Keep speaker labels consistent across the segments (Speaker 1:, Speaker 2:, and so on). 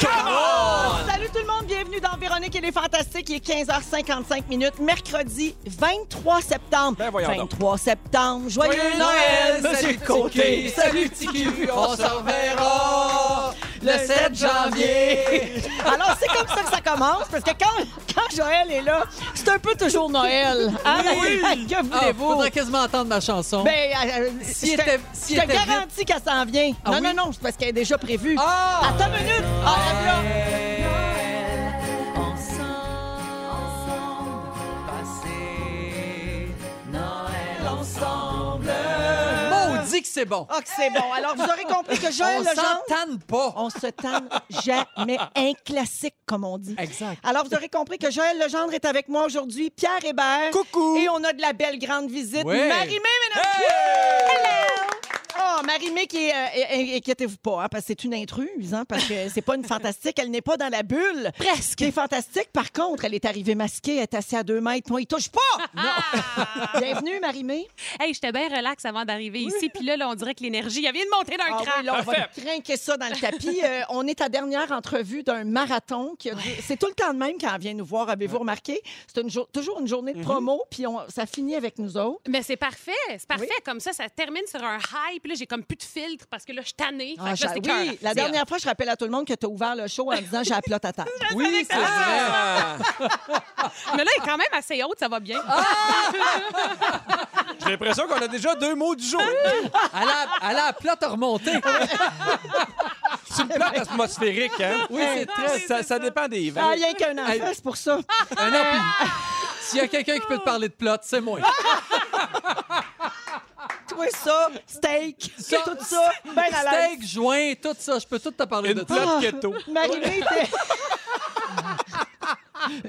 Speaker 1: Salut tout le monde, bienvenue dans Véronique et les Fantastiques. Il est 15h55 minutes, mercredi 23 septembre.
Speaker 2: Ben voyons donc.
Speaker 1: 23 septembre, joyeux, Noël,
Speaker 2: Monsieur Côté, salut TQ, on se reverra le 7 janvier.
Speaker 1: Alors, c'est comme ça que ça commence, parce que quand, quand Joël est là, c'est un peu toujours Noël. Hein? que
Speaker 3: Ah,
Speaker 1: voulez-vous?
Speaker 3: faudrait quasiment entendre ma chanson.
Speaker 1: Ben, euh,
Speaker 3: S'il
Speaker 1: je te,
Speaker 3: était- s'il
Speaker 1: je te
Speaker 3: était
Speaker 1: garantis qu'elle s'en vient.
Speaker 3: Ah
Speaker 1: non,
Speaker 3: oui?
Speaker 1: non, non, c'est parce qu'elle est déjà prévue.
Speaker 3: Ah!
Speaker 1: Attends une minute! Ah, elle est là.
Speaker 3: Maudit que c'est bon.
Speaker 1: Ah, que c'est bon. Alors, vous aurez compris que Joël
Speaker 3: On
Speaker 1: Legendre...
Speaker 3: s'entende pas.
Speaker 1: On se tanne jamais. Un classique, comme on dit.
Speaker 3: Exact.
Speaker 1: Alors, vous aurez compris que Joël Legendre est avec moi aujourd'hui, Pierre Hébert.
Speaker 3: Coucou.
Speaker 1: Et on a de la belle grande visite.
Speaker 3: Ouais.
Speaker 1: Marie-Mé, mesdames Hello! Oh, Marie-Mé, qui est, euh, euh, euh, inquiétez-vous pas, hein, parce que c'est une intruse, hein, parce que c'est pas une fantastique, elle n'est pas dans la bulle. Presque. est fantastique, par contre, elle est arrivée masquée, elle est assise à deux mètres, moi, il touche pas! Non. Bienvenue, Marie-Mé.
Speaker 4: Hey, j'étais bien relax avant d'arriver ici. Puis là, là, on dirait que l'énergie, elle vient de monter d'un
Speaker 1: Ah
Speaker 4: cran.
Speaker 1: oui, là, on va trinquer ça dans le tapis. Euh, on est à dernière entrevue d'un marathon. qui a duré- C'est tout le temps de même quand on vient nous voir, avez-vous remarqué? C'est une jour- toujours une
Speaker 4: Mm-hmm.
Speaker 1: journée de promo, puis on- ça finit avec nous autres.
Speaker 4: Mais c'est parfait, c'est parfait. Comme ça, ça termine sur un hype. Puis Là, j'ai comme plus de filtre parce que là, je suis tannée.
Speaker 1: Ah,
Speaker 4: Fait que là,
Speaker 1: j'ai-
Speaker 4: c'est
Speaker 1: oui,
Speaker 4: écœurant.
Speaker 1: la
Speaker 4: C'est-
Speaker 1: dernière fois, je rappelle à tout le monde que tu as ouvert le show en disant j'ai la plotte à table.
Speaker 3: Oui, c'est vrai.
Speaker 4: Mais là, elle est quand même assez haute, ça va bien.
Speaker 2: J'ai l'impression qu'on a déjà deux mots du jour.
Speaker 3: À la, à la plate remontée.
Speaker 2: C'est une plate atmosphérique, hein?
Speaker 3: Oui, c'est très.
Speaker 2: Ça, ça, ça dépend des vents.
Speaker 1: Ah, rien qu'un enfant, c'est pour ça.
Speaker 3: Un an, puis S'il y a quelqu'un qui peut te parler de plate, c'est moi.
Speaker 1: Ah, Toi, ça, steak,
Speaker 3: Ça,
Speaker 1: tout ça, ben à la
Speaker 3: Steak, joint, tout ça, je peux tout te parler de
Speaker 2: Une
Speaker 3: ça.
Speaker 1: Oh,
Speaker 2: plate keto.
Speaker 1: Marie-Mé était.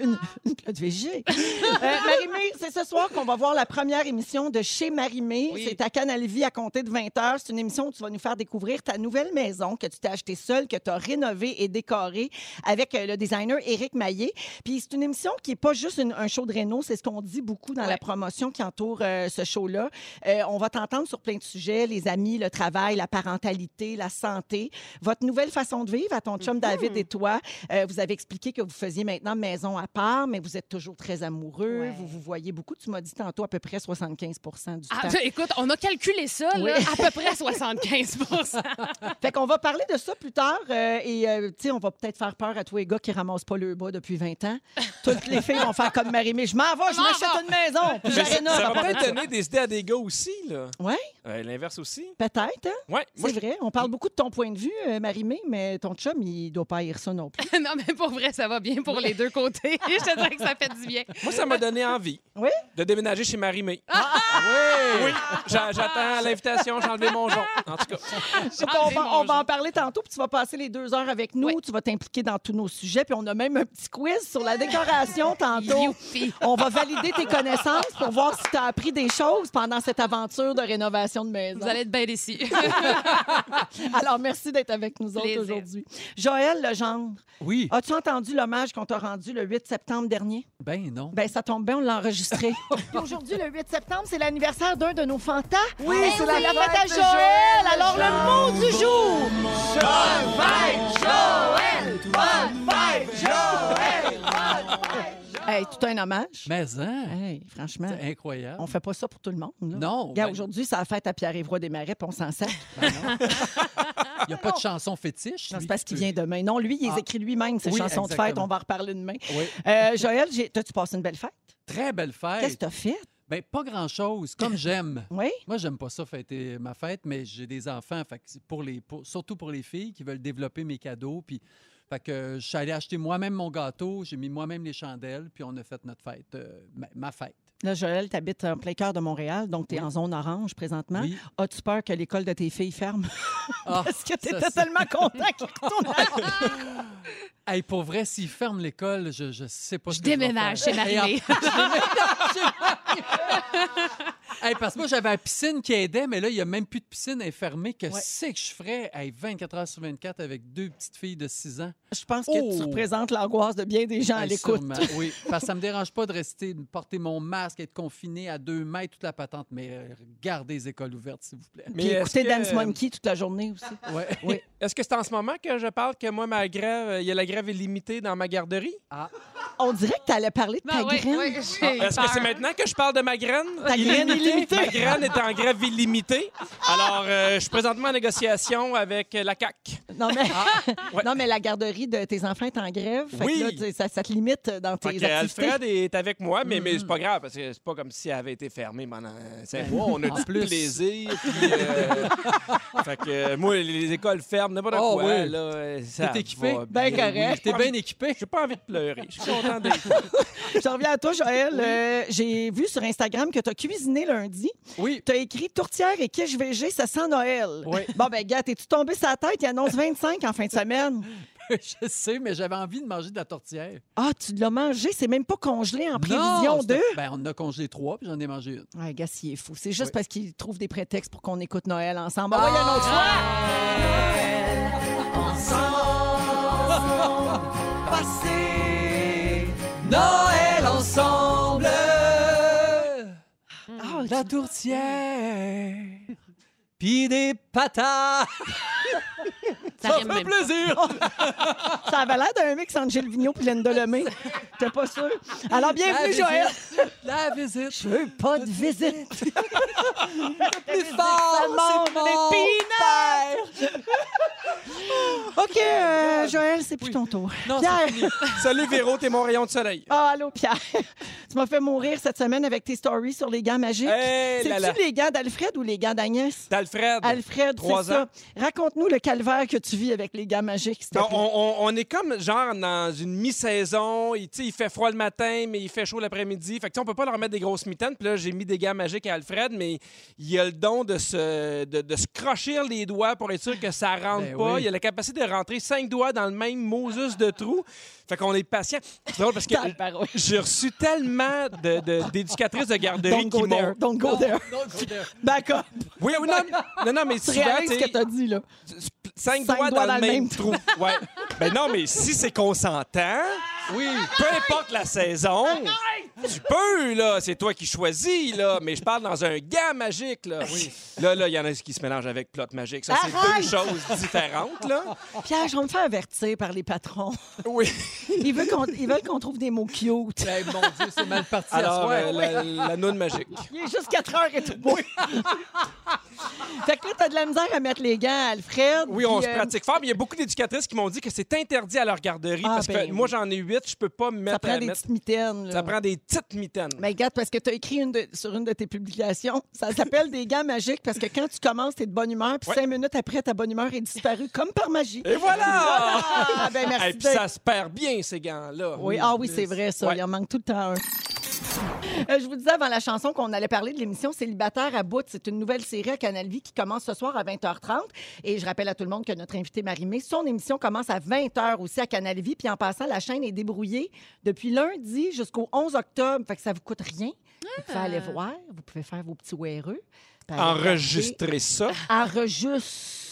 Speaker 1: une, une plate VG. Euh, Marie-Mé, c'est ce soir qu'on va voir la première émission de chez Marie-Mé. C'est à Canal Vie à compter de 20 h. C'est une émission où tu vas nous faire découvrir ta nouvelle maison que tu t'es achetée seule, que tu as rénovée et décorée avec euh, le designer Éric Maillé. Puis c'est une émission qui n'est pas juste une- un show de réno, c'est ce qu'on dit beaucoup dans la promotion qui entoure euh, ce show-là. Euh, on va t'entendre sur plein de sujets, les amis, le travail, la parentalité, la santé, votre nouvelle façon de vivre à ton
Speaker 4: Mm-hmm.
Speaker 1: chum David et toi. Euh, vous avez expliqué que vous faisiez maintenant maison à part, mais vous êtes toujours très amoureux,
Speaker 4: Ouais.
Speaker 1: vous vous voyez beaucoup. Tu m'as dit tantôt à peu près 75 du
Speaker 4: Ah,
Speaker 1: temps.
Speaker 4: ben, écoute, on a calculé ça là, à peu près à 75
Speaker 1: Fait qu'on va parler de ça plus tard euh, et euh, tu sais, on va peut-être faire peur à tous les gars qui ramassent pas le bas depuis 20 ans. Toutes les filles vont faire comme Marie-Mé. Je m'en vais, je
Speaker 4: m'en
Speaker 1: m'achète
Speaker 4: vais.
Speaker 1: une maison. Puis
Speaker 2: Mais ça,
Speaker 1: j'arrête
Speaker 2: ça va peut-être donner des idées à des gars aussi, là.
Speaker 1: Ouais.
Speaker 2: Euh, L'inverse aussi.
Speaker 1: Peut-être, hein?
Speaker 2: Ouais. Moi,
Speaker 1: C'est
Speaker 2: je-
Speaker 1: vrai. On parle beaucoup de ton point de vue, euh, Marie-Mé, mais ton chum, il doit pas haïr ça non plus.
Speaker 4: non, mais pour vrai, ça va bien pour les deux côtés. je te dirais que ça fait du bien.
Speaker 2: moi, ça m'a donné envie
Speaker 1: Oui?
Speaker 2: de déménager chez Marie-Mé.
Speaker 1: Ah,
Speaker 5: Ah
Speaker 2: oui! Oui! J'a- J'attends l'invitation, j'ai enlevé mon jonc. En tout cas,
Speaker 1: Donc, on,
Speaker 4: Changer
Speaker 1: va,
Speaker 4: mon
Speaker 1: on va
Speaker 4: jeu.
Speaker 1: en parler tantôt, puis tu vas passer les deux heures avec nous.
Speaker 4: Oui.
Speaker 1: Tu vas t'impliquer dans tous nos sujets, puis on a même un petit quiz sur la décoration tantôt.
Speaker 4: Ah! Youpi.
Speaker 1: On va valider tes connaissances pour voir si tu as appris des choses pendant cette aventure de rénovation de maison.
Speaker 4: Vous allez être bien ici.
Speaker 1: Alors, merci d'être avec nous autres
Speaker 4: Plaisir.
Speaker 1: aujourd'hui. Joël Legendre,
Speaker 3: Oui.
Speaker 1: as-tu entendu l'hommage qu'on t'a rendu le 8 septembre dernier?
Speaker 3: Ben non.
Speaker 1: Ben ça tombe bien, on l'a enregistré. Puis aujourd'hui, le 8 septembre, c'est l'anniversaire d'un de nos fantas. Oui, c'est la, fête à Joël. Alors, le mot du jour. Hey, tout un hommage.
Speaker 3: Mais hein,
Speaker 1: Ben, Hey, franchement,
Speaker 3: c'est incroyable.
Speaker 1: on fait pas ça pour tout le monde. là.
Speaker 3: Non,
Speaker 1: Regarde,
Speaker 3: ben-
Speaker 1: aujourd'hui, c'est la fête à Pierre-Évroy des Marais, puis on s'en sert.
Speaker 3: Il n'y a pas de chanson fétiche.
Speaker 1: Non,
Speaker 3: lui.
Speaker 1: c'est parce qu'il vient demain. Non, lui, il les
Speaker 3: Ah.
Speaker 1: écrit lui-même, ses
Speaker 3: Oui,
Speaker 1: chansons de fête.
Speaker 3: exactement.
Speaker 1: On va en reparler demain.
Speaker 3: Oui.
Speaker 1: Euh, Joël, j'ai- t'as-tu passé une belle fête?
Speaker 3: Très belle
Speaker 1: Qu'est-ce que
Speaker 3: fête.
Speaker 1: t'as fait?
Speaker 3: Ben pas grand-chose, comme j'aime.
Speaker 1: Oui?
Speaker 3: Moi, j'aime pas ça fêter ma fête, mais j'ai des enfants, fait que c'est pour les, pour- surtout pour les filles qui veulent développer mes cadeaux. Puis, fait que euh, je suis allé acheter moi-même mon gâteau, j'ai mis moi-même les chandelles, puis on a fait notre fête, euh, ma, ma fête.
Speaker 1: Là, Joël, tu habites en plein cœur de Montréal, donc tu es en zone orange présentement.
Speaker 3: Oui.
Speaker 1: As-tu peur que l'école de tes filles ferme?
Speaker 3: Ah,
Speaker 1: Parce que tu
Speaker 3: ça,
Speaker 1: étais
Speaker 3: c'est-
Speaker 1: tellement content qu'ils retournent à l'école.
Speaker 3: Hey, pour vrai, s'ils ferment l'école, je, je sais pas
Speaker 4: Je
Speaker 3: ce que je vais
Speaker 4: déménage
Speaker 3: faire.
Speaker 4: chez
Speaker 3: Et en-
Speaker 4: Marie-Mé.
Speaker 3: Hey, parce que moi, j'avais la piscine qui aidait, mais là, il n'y a même plus de piscine. Elle est fermée. Que c'est que je ferais hey, 24 heures sur 24 avec deux petites filles de 6 ans?
Speaker 1: Je pense que tu
Speaker 3: Oh!
Speaker 1: représentes l'angoisse de bien des gens à
Speaker 3: Hey,
Speaker 1: l'écoute.
Speaker 3: sûrement, Oui, parce que ça me dérange pas de rester, de porter mon masque, être confiné à deux mètres, toute la patente, mais euh, gardez les écoles ouvertes, s'il vous plaît.
Speaker 1: Puis
Speaker 5: est-ce
Speaker 1: écouter
Speaker 5: que-
Speaker 1: Dance Monkey toute la journée aussi.
Speaker 3: Ouais.
Speaker 5: Est-ce que c'est en ce moment que je parle que moi, ma grève, euh, il y a la grève illimitée dans ma garderie?
Speaker 1: On dirait que tu allais parler de ta
Speaker 4: Ben ouais,
Speaker 1: graine.
Speaker 4: ouais, j'ai
Speaker 5: Ah, Est-ce que
Speaker 4: peur.
Speaker 5: c'est maintenant que je parle de ma graine?
Speaker 1: Ta graine illimitée.
Speaker 5: Ma graine est en grève illimitée. Alors, euh, je suis présentement en négociation avec euh, la CAC.
Speaker 1: Non, mais...
Speaker 3: Ah,
Speaker 5: ouais.
Speaker 1: non, mais la garderie de tes enfants est en grève. Fait que
Speaker 5: Oui.
Speaker 1: là, tu- ça, ça te limite dans tes activités.
Speaker 5: Alfred euh, est avec moi, mais, mais c'est
Speaker 3: Mm-hmm.
Speaker 5: pas grave, parce que c'est pas comme si elle avait été fermée pendant cinq mois. On a
Speaker 3: Ben, En
Speaker 5: du
Speaker 3: plus.
Speaker 5: plaisir. puis, euh, fait que euh, moi, les écoles ferment, n'importe
Speaker 3: Oh,
Speaker 5: quoi.
Speaker 3: oui.
Speaker 5: Là, euh, ça
Speaker 3: T'es équipé?
Speaker 5: va
Speaker 1: Ben correct.
Speaker 5: J'ai
Speaker 3: T'es
Speaker 5: pas
Speaker 3: bien
Speaker 5: envie-
Speaker 3: équipé?
Speaker 5: J'ai pas envie de pleurer. Je suis content de...
Speaker 1: Je reviens à toi, Joël. Euh, J'ai vu sur Instagram que tu as cuisiné lundi.
Speaker 3: Oui.
Speaker 1: Tu as écrit tourtière et quiche VG, ça sent Noël.
Speaker 3: Oui.
Speaker 1: Bon, ben, gars, t'es-tu tombé sa tête? Il annonce 25 en fin de semaine.
Speaker 3: je sais, mais j'avais envie de manger de la tortillère.
Speaker 1: Ah, tu l'as mangé, c'est même pas congelé en
Speaker 3: Non,
Speaker 1: prévision de.
Speaker 3: c'était- Ben, on en a congelé trois, puis j'en ai mangé une.
Speaker 1: Ouais, gars, il est fou. C'est juste
Speaker 3: Oui.
Speaker 1: parce qu'il trouve des prétextes pour qu'on écoute Noël ensemble. Ah, voyons donc.
Speaker 2: Noël ensemble.
Speaker 1: Ah,
Speaker 3: La tourtière, puis des patates.
Speaker 4: Ça rime même pas.
Speaker 3: plaisir.
Speaker 1: Ça avait l'air d'un mix entre Gilles Vigneault et Laine Delomé. T'es pas sûr? Alors,
Speaker 3: Ah,
Speaker 1: bienvenue, Joël.
Speaker 3: visite. La visite.
Speaker 1: Je veux pas de visite.
Speaker 3: Plus fort,
Speaker 1: monde,
Speaker 3: c'est mon père.
Speaker 1: OK, euh, Joël, c'est plus ton tour.
Speaker 3: Non, c'est
Speaker 1: Pierre.
Speaker 5: Salut Véro, t'es mon rayon de soleil.
Speaker 1: Ah, allô, Pierre. tu m'as fait mourir cette semaine avec tes stories sur les gants magiques.
Speaker 5: Hey, là, là.
Speaker 1: C'est-tu les gants d'Alfred ou les gants d'Agnès?
Speaker 5: D'Alfred.
Speaker 1: Alfred,
Speaker 5: Trois
Speaker 1: c'est ça. Raconte-nous le calvaire que tu vis avec les gants magiques. s'il te
Speaker 5: Non,
Speaker 1: plaît.
Speaker 5: on, on- on est comme genre dans une mi-saison. Il, tu sais, il fait froid le matin, mais il fait chaud l'après-midi. Fait que tu sais, on peut pas leur mettre des grosses mitaines. Puis là, j'ai mis des gants magiques à Alfred, mais il a le don de se, de, de se crochir les doigts pour être sûr que ça rentre
Speaker 3: Ben
Speaker 5: pas.
Speaker 3: oui.
Speaker 5: Il a la capacité de rentrer cinq doigts dans le même Moses de trou. Fait qu'on est patient. C'est drôle parce que
Speaker 1: Tabarouette.
Speaker 5: j'ai reçu tellement de- de- d'éducatrices de, garderie
Speaker 1: Don't
Speaker 5: qui
Speaker 1: go
Speaker 5: m'ont...
Speaker 1: there. Don't go Oh, there. Back up.
Speaker 5: Oui, oui, non, non, non, mais
Speaker 1: Tu
Speaker 5: souvent,
Speaker 1: réalises
Speaker 5: tu
Speaker 1: ce
Speaker 5: sais,
Speaker 1: que t'as dit, là. Cinq
Speaker 5: cinq, doigts, dans, le même, trou. Ouais. Ben non, mais si c'est consentant,
Speaker 3: Oui.
Speaker 5: peu importe la saison, tu peux, là. C'est toi qui choisis, là. Mais je parle dans un gant magique, là. Là, là, il y en a qui se mélangent avec plot magique. Ça, c'est
Speaker 1: Arrête!
Speaker 5: deux choses différentes, là.
Speaker 1: Pierre, je vais me faire avertir par les patrons.
Speaker 5: Oui.
Speaker 1: Ils veulent qu'on ils veulent qu'on trouve des mots cute.
Speaker 3: Hey, mon Dieu, c'est mal parti à
Speaker 5: Alors,
Speaker 3: soir.
Speaker 5: euh, la, la noune magique.
Speaker 1: Il est juste 4 heures et tout. fait que là, t'as de la misère à mettre les gants à Alfred.
Speaker 5: Oui, on
Speaker 1: puis,
Speaker 5: se
Speaker 1: euh,
Speaker 5: pratique fort, mais il y a beaucoup d'éducatrices qui m'ont dit que c'est interdit à leur garderie
Speaker 1: Ah,
Speaker 5: parce que
Speaker 1: ben
Speaker 5: moi,
Speaker 1: oui.
Speaker 5: j'en ai huit, je peux pas me
Speaker 1: Ça
Speaker 5: mettre
Speaker 1: prend
Speaker 5: à
Speaker 1: des
Speaker 5: mettre.
Speaker 1: petites mitaines. là.
Speaker 5: Ça prend des petites mitaines.
Speaker 1: Mais regarde, parce que tu as écrit une de- sur une de tes publications, ça s'appelle des gants magiques parce que quand tu commences, tu es de bonne humeur, puis
Speaker 5: Ouais.
Speaker 1: cinq minutes après, ta bonne humeur est disparue comme par magie.
Speaker 5: Et voilà!
Speaker 1: Ah, ben merci.
Speaker 5: Et puis
Speaker 1: d'être-
Speaker 5: ça se perd bien, ces gants-là.
Speaker 1: Oui, ah oui, c'est vrai, ça.
Speaker 5: Ouais.
Speaker 1: Il en manque tout le temps un. Euh, je vous disais avant la chanson qu'on allait parler de l'émission Célibataire à bout. C'est une nouvelle série à Canal Vie qui commence ce soir à 20h30. Et je rappelle à tout le monde que notre invité Marie-Mé, son émission commence à 20h aussi à Canal Vie. Puis en passant, la chaîne est débrouillée depuis lundi jusqu'au 11 octobre. Fait que ça vous coûte rien. Vous pouvez aller voir. Vous pouvez faire vos petits ouéreux. puis aller
Speaker 5: Enregistrer ça.
Speaker 1: regarder. Enregistre.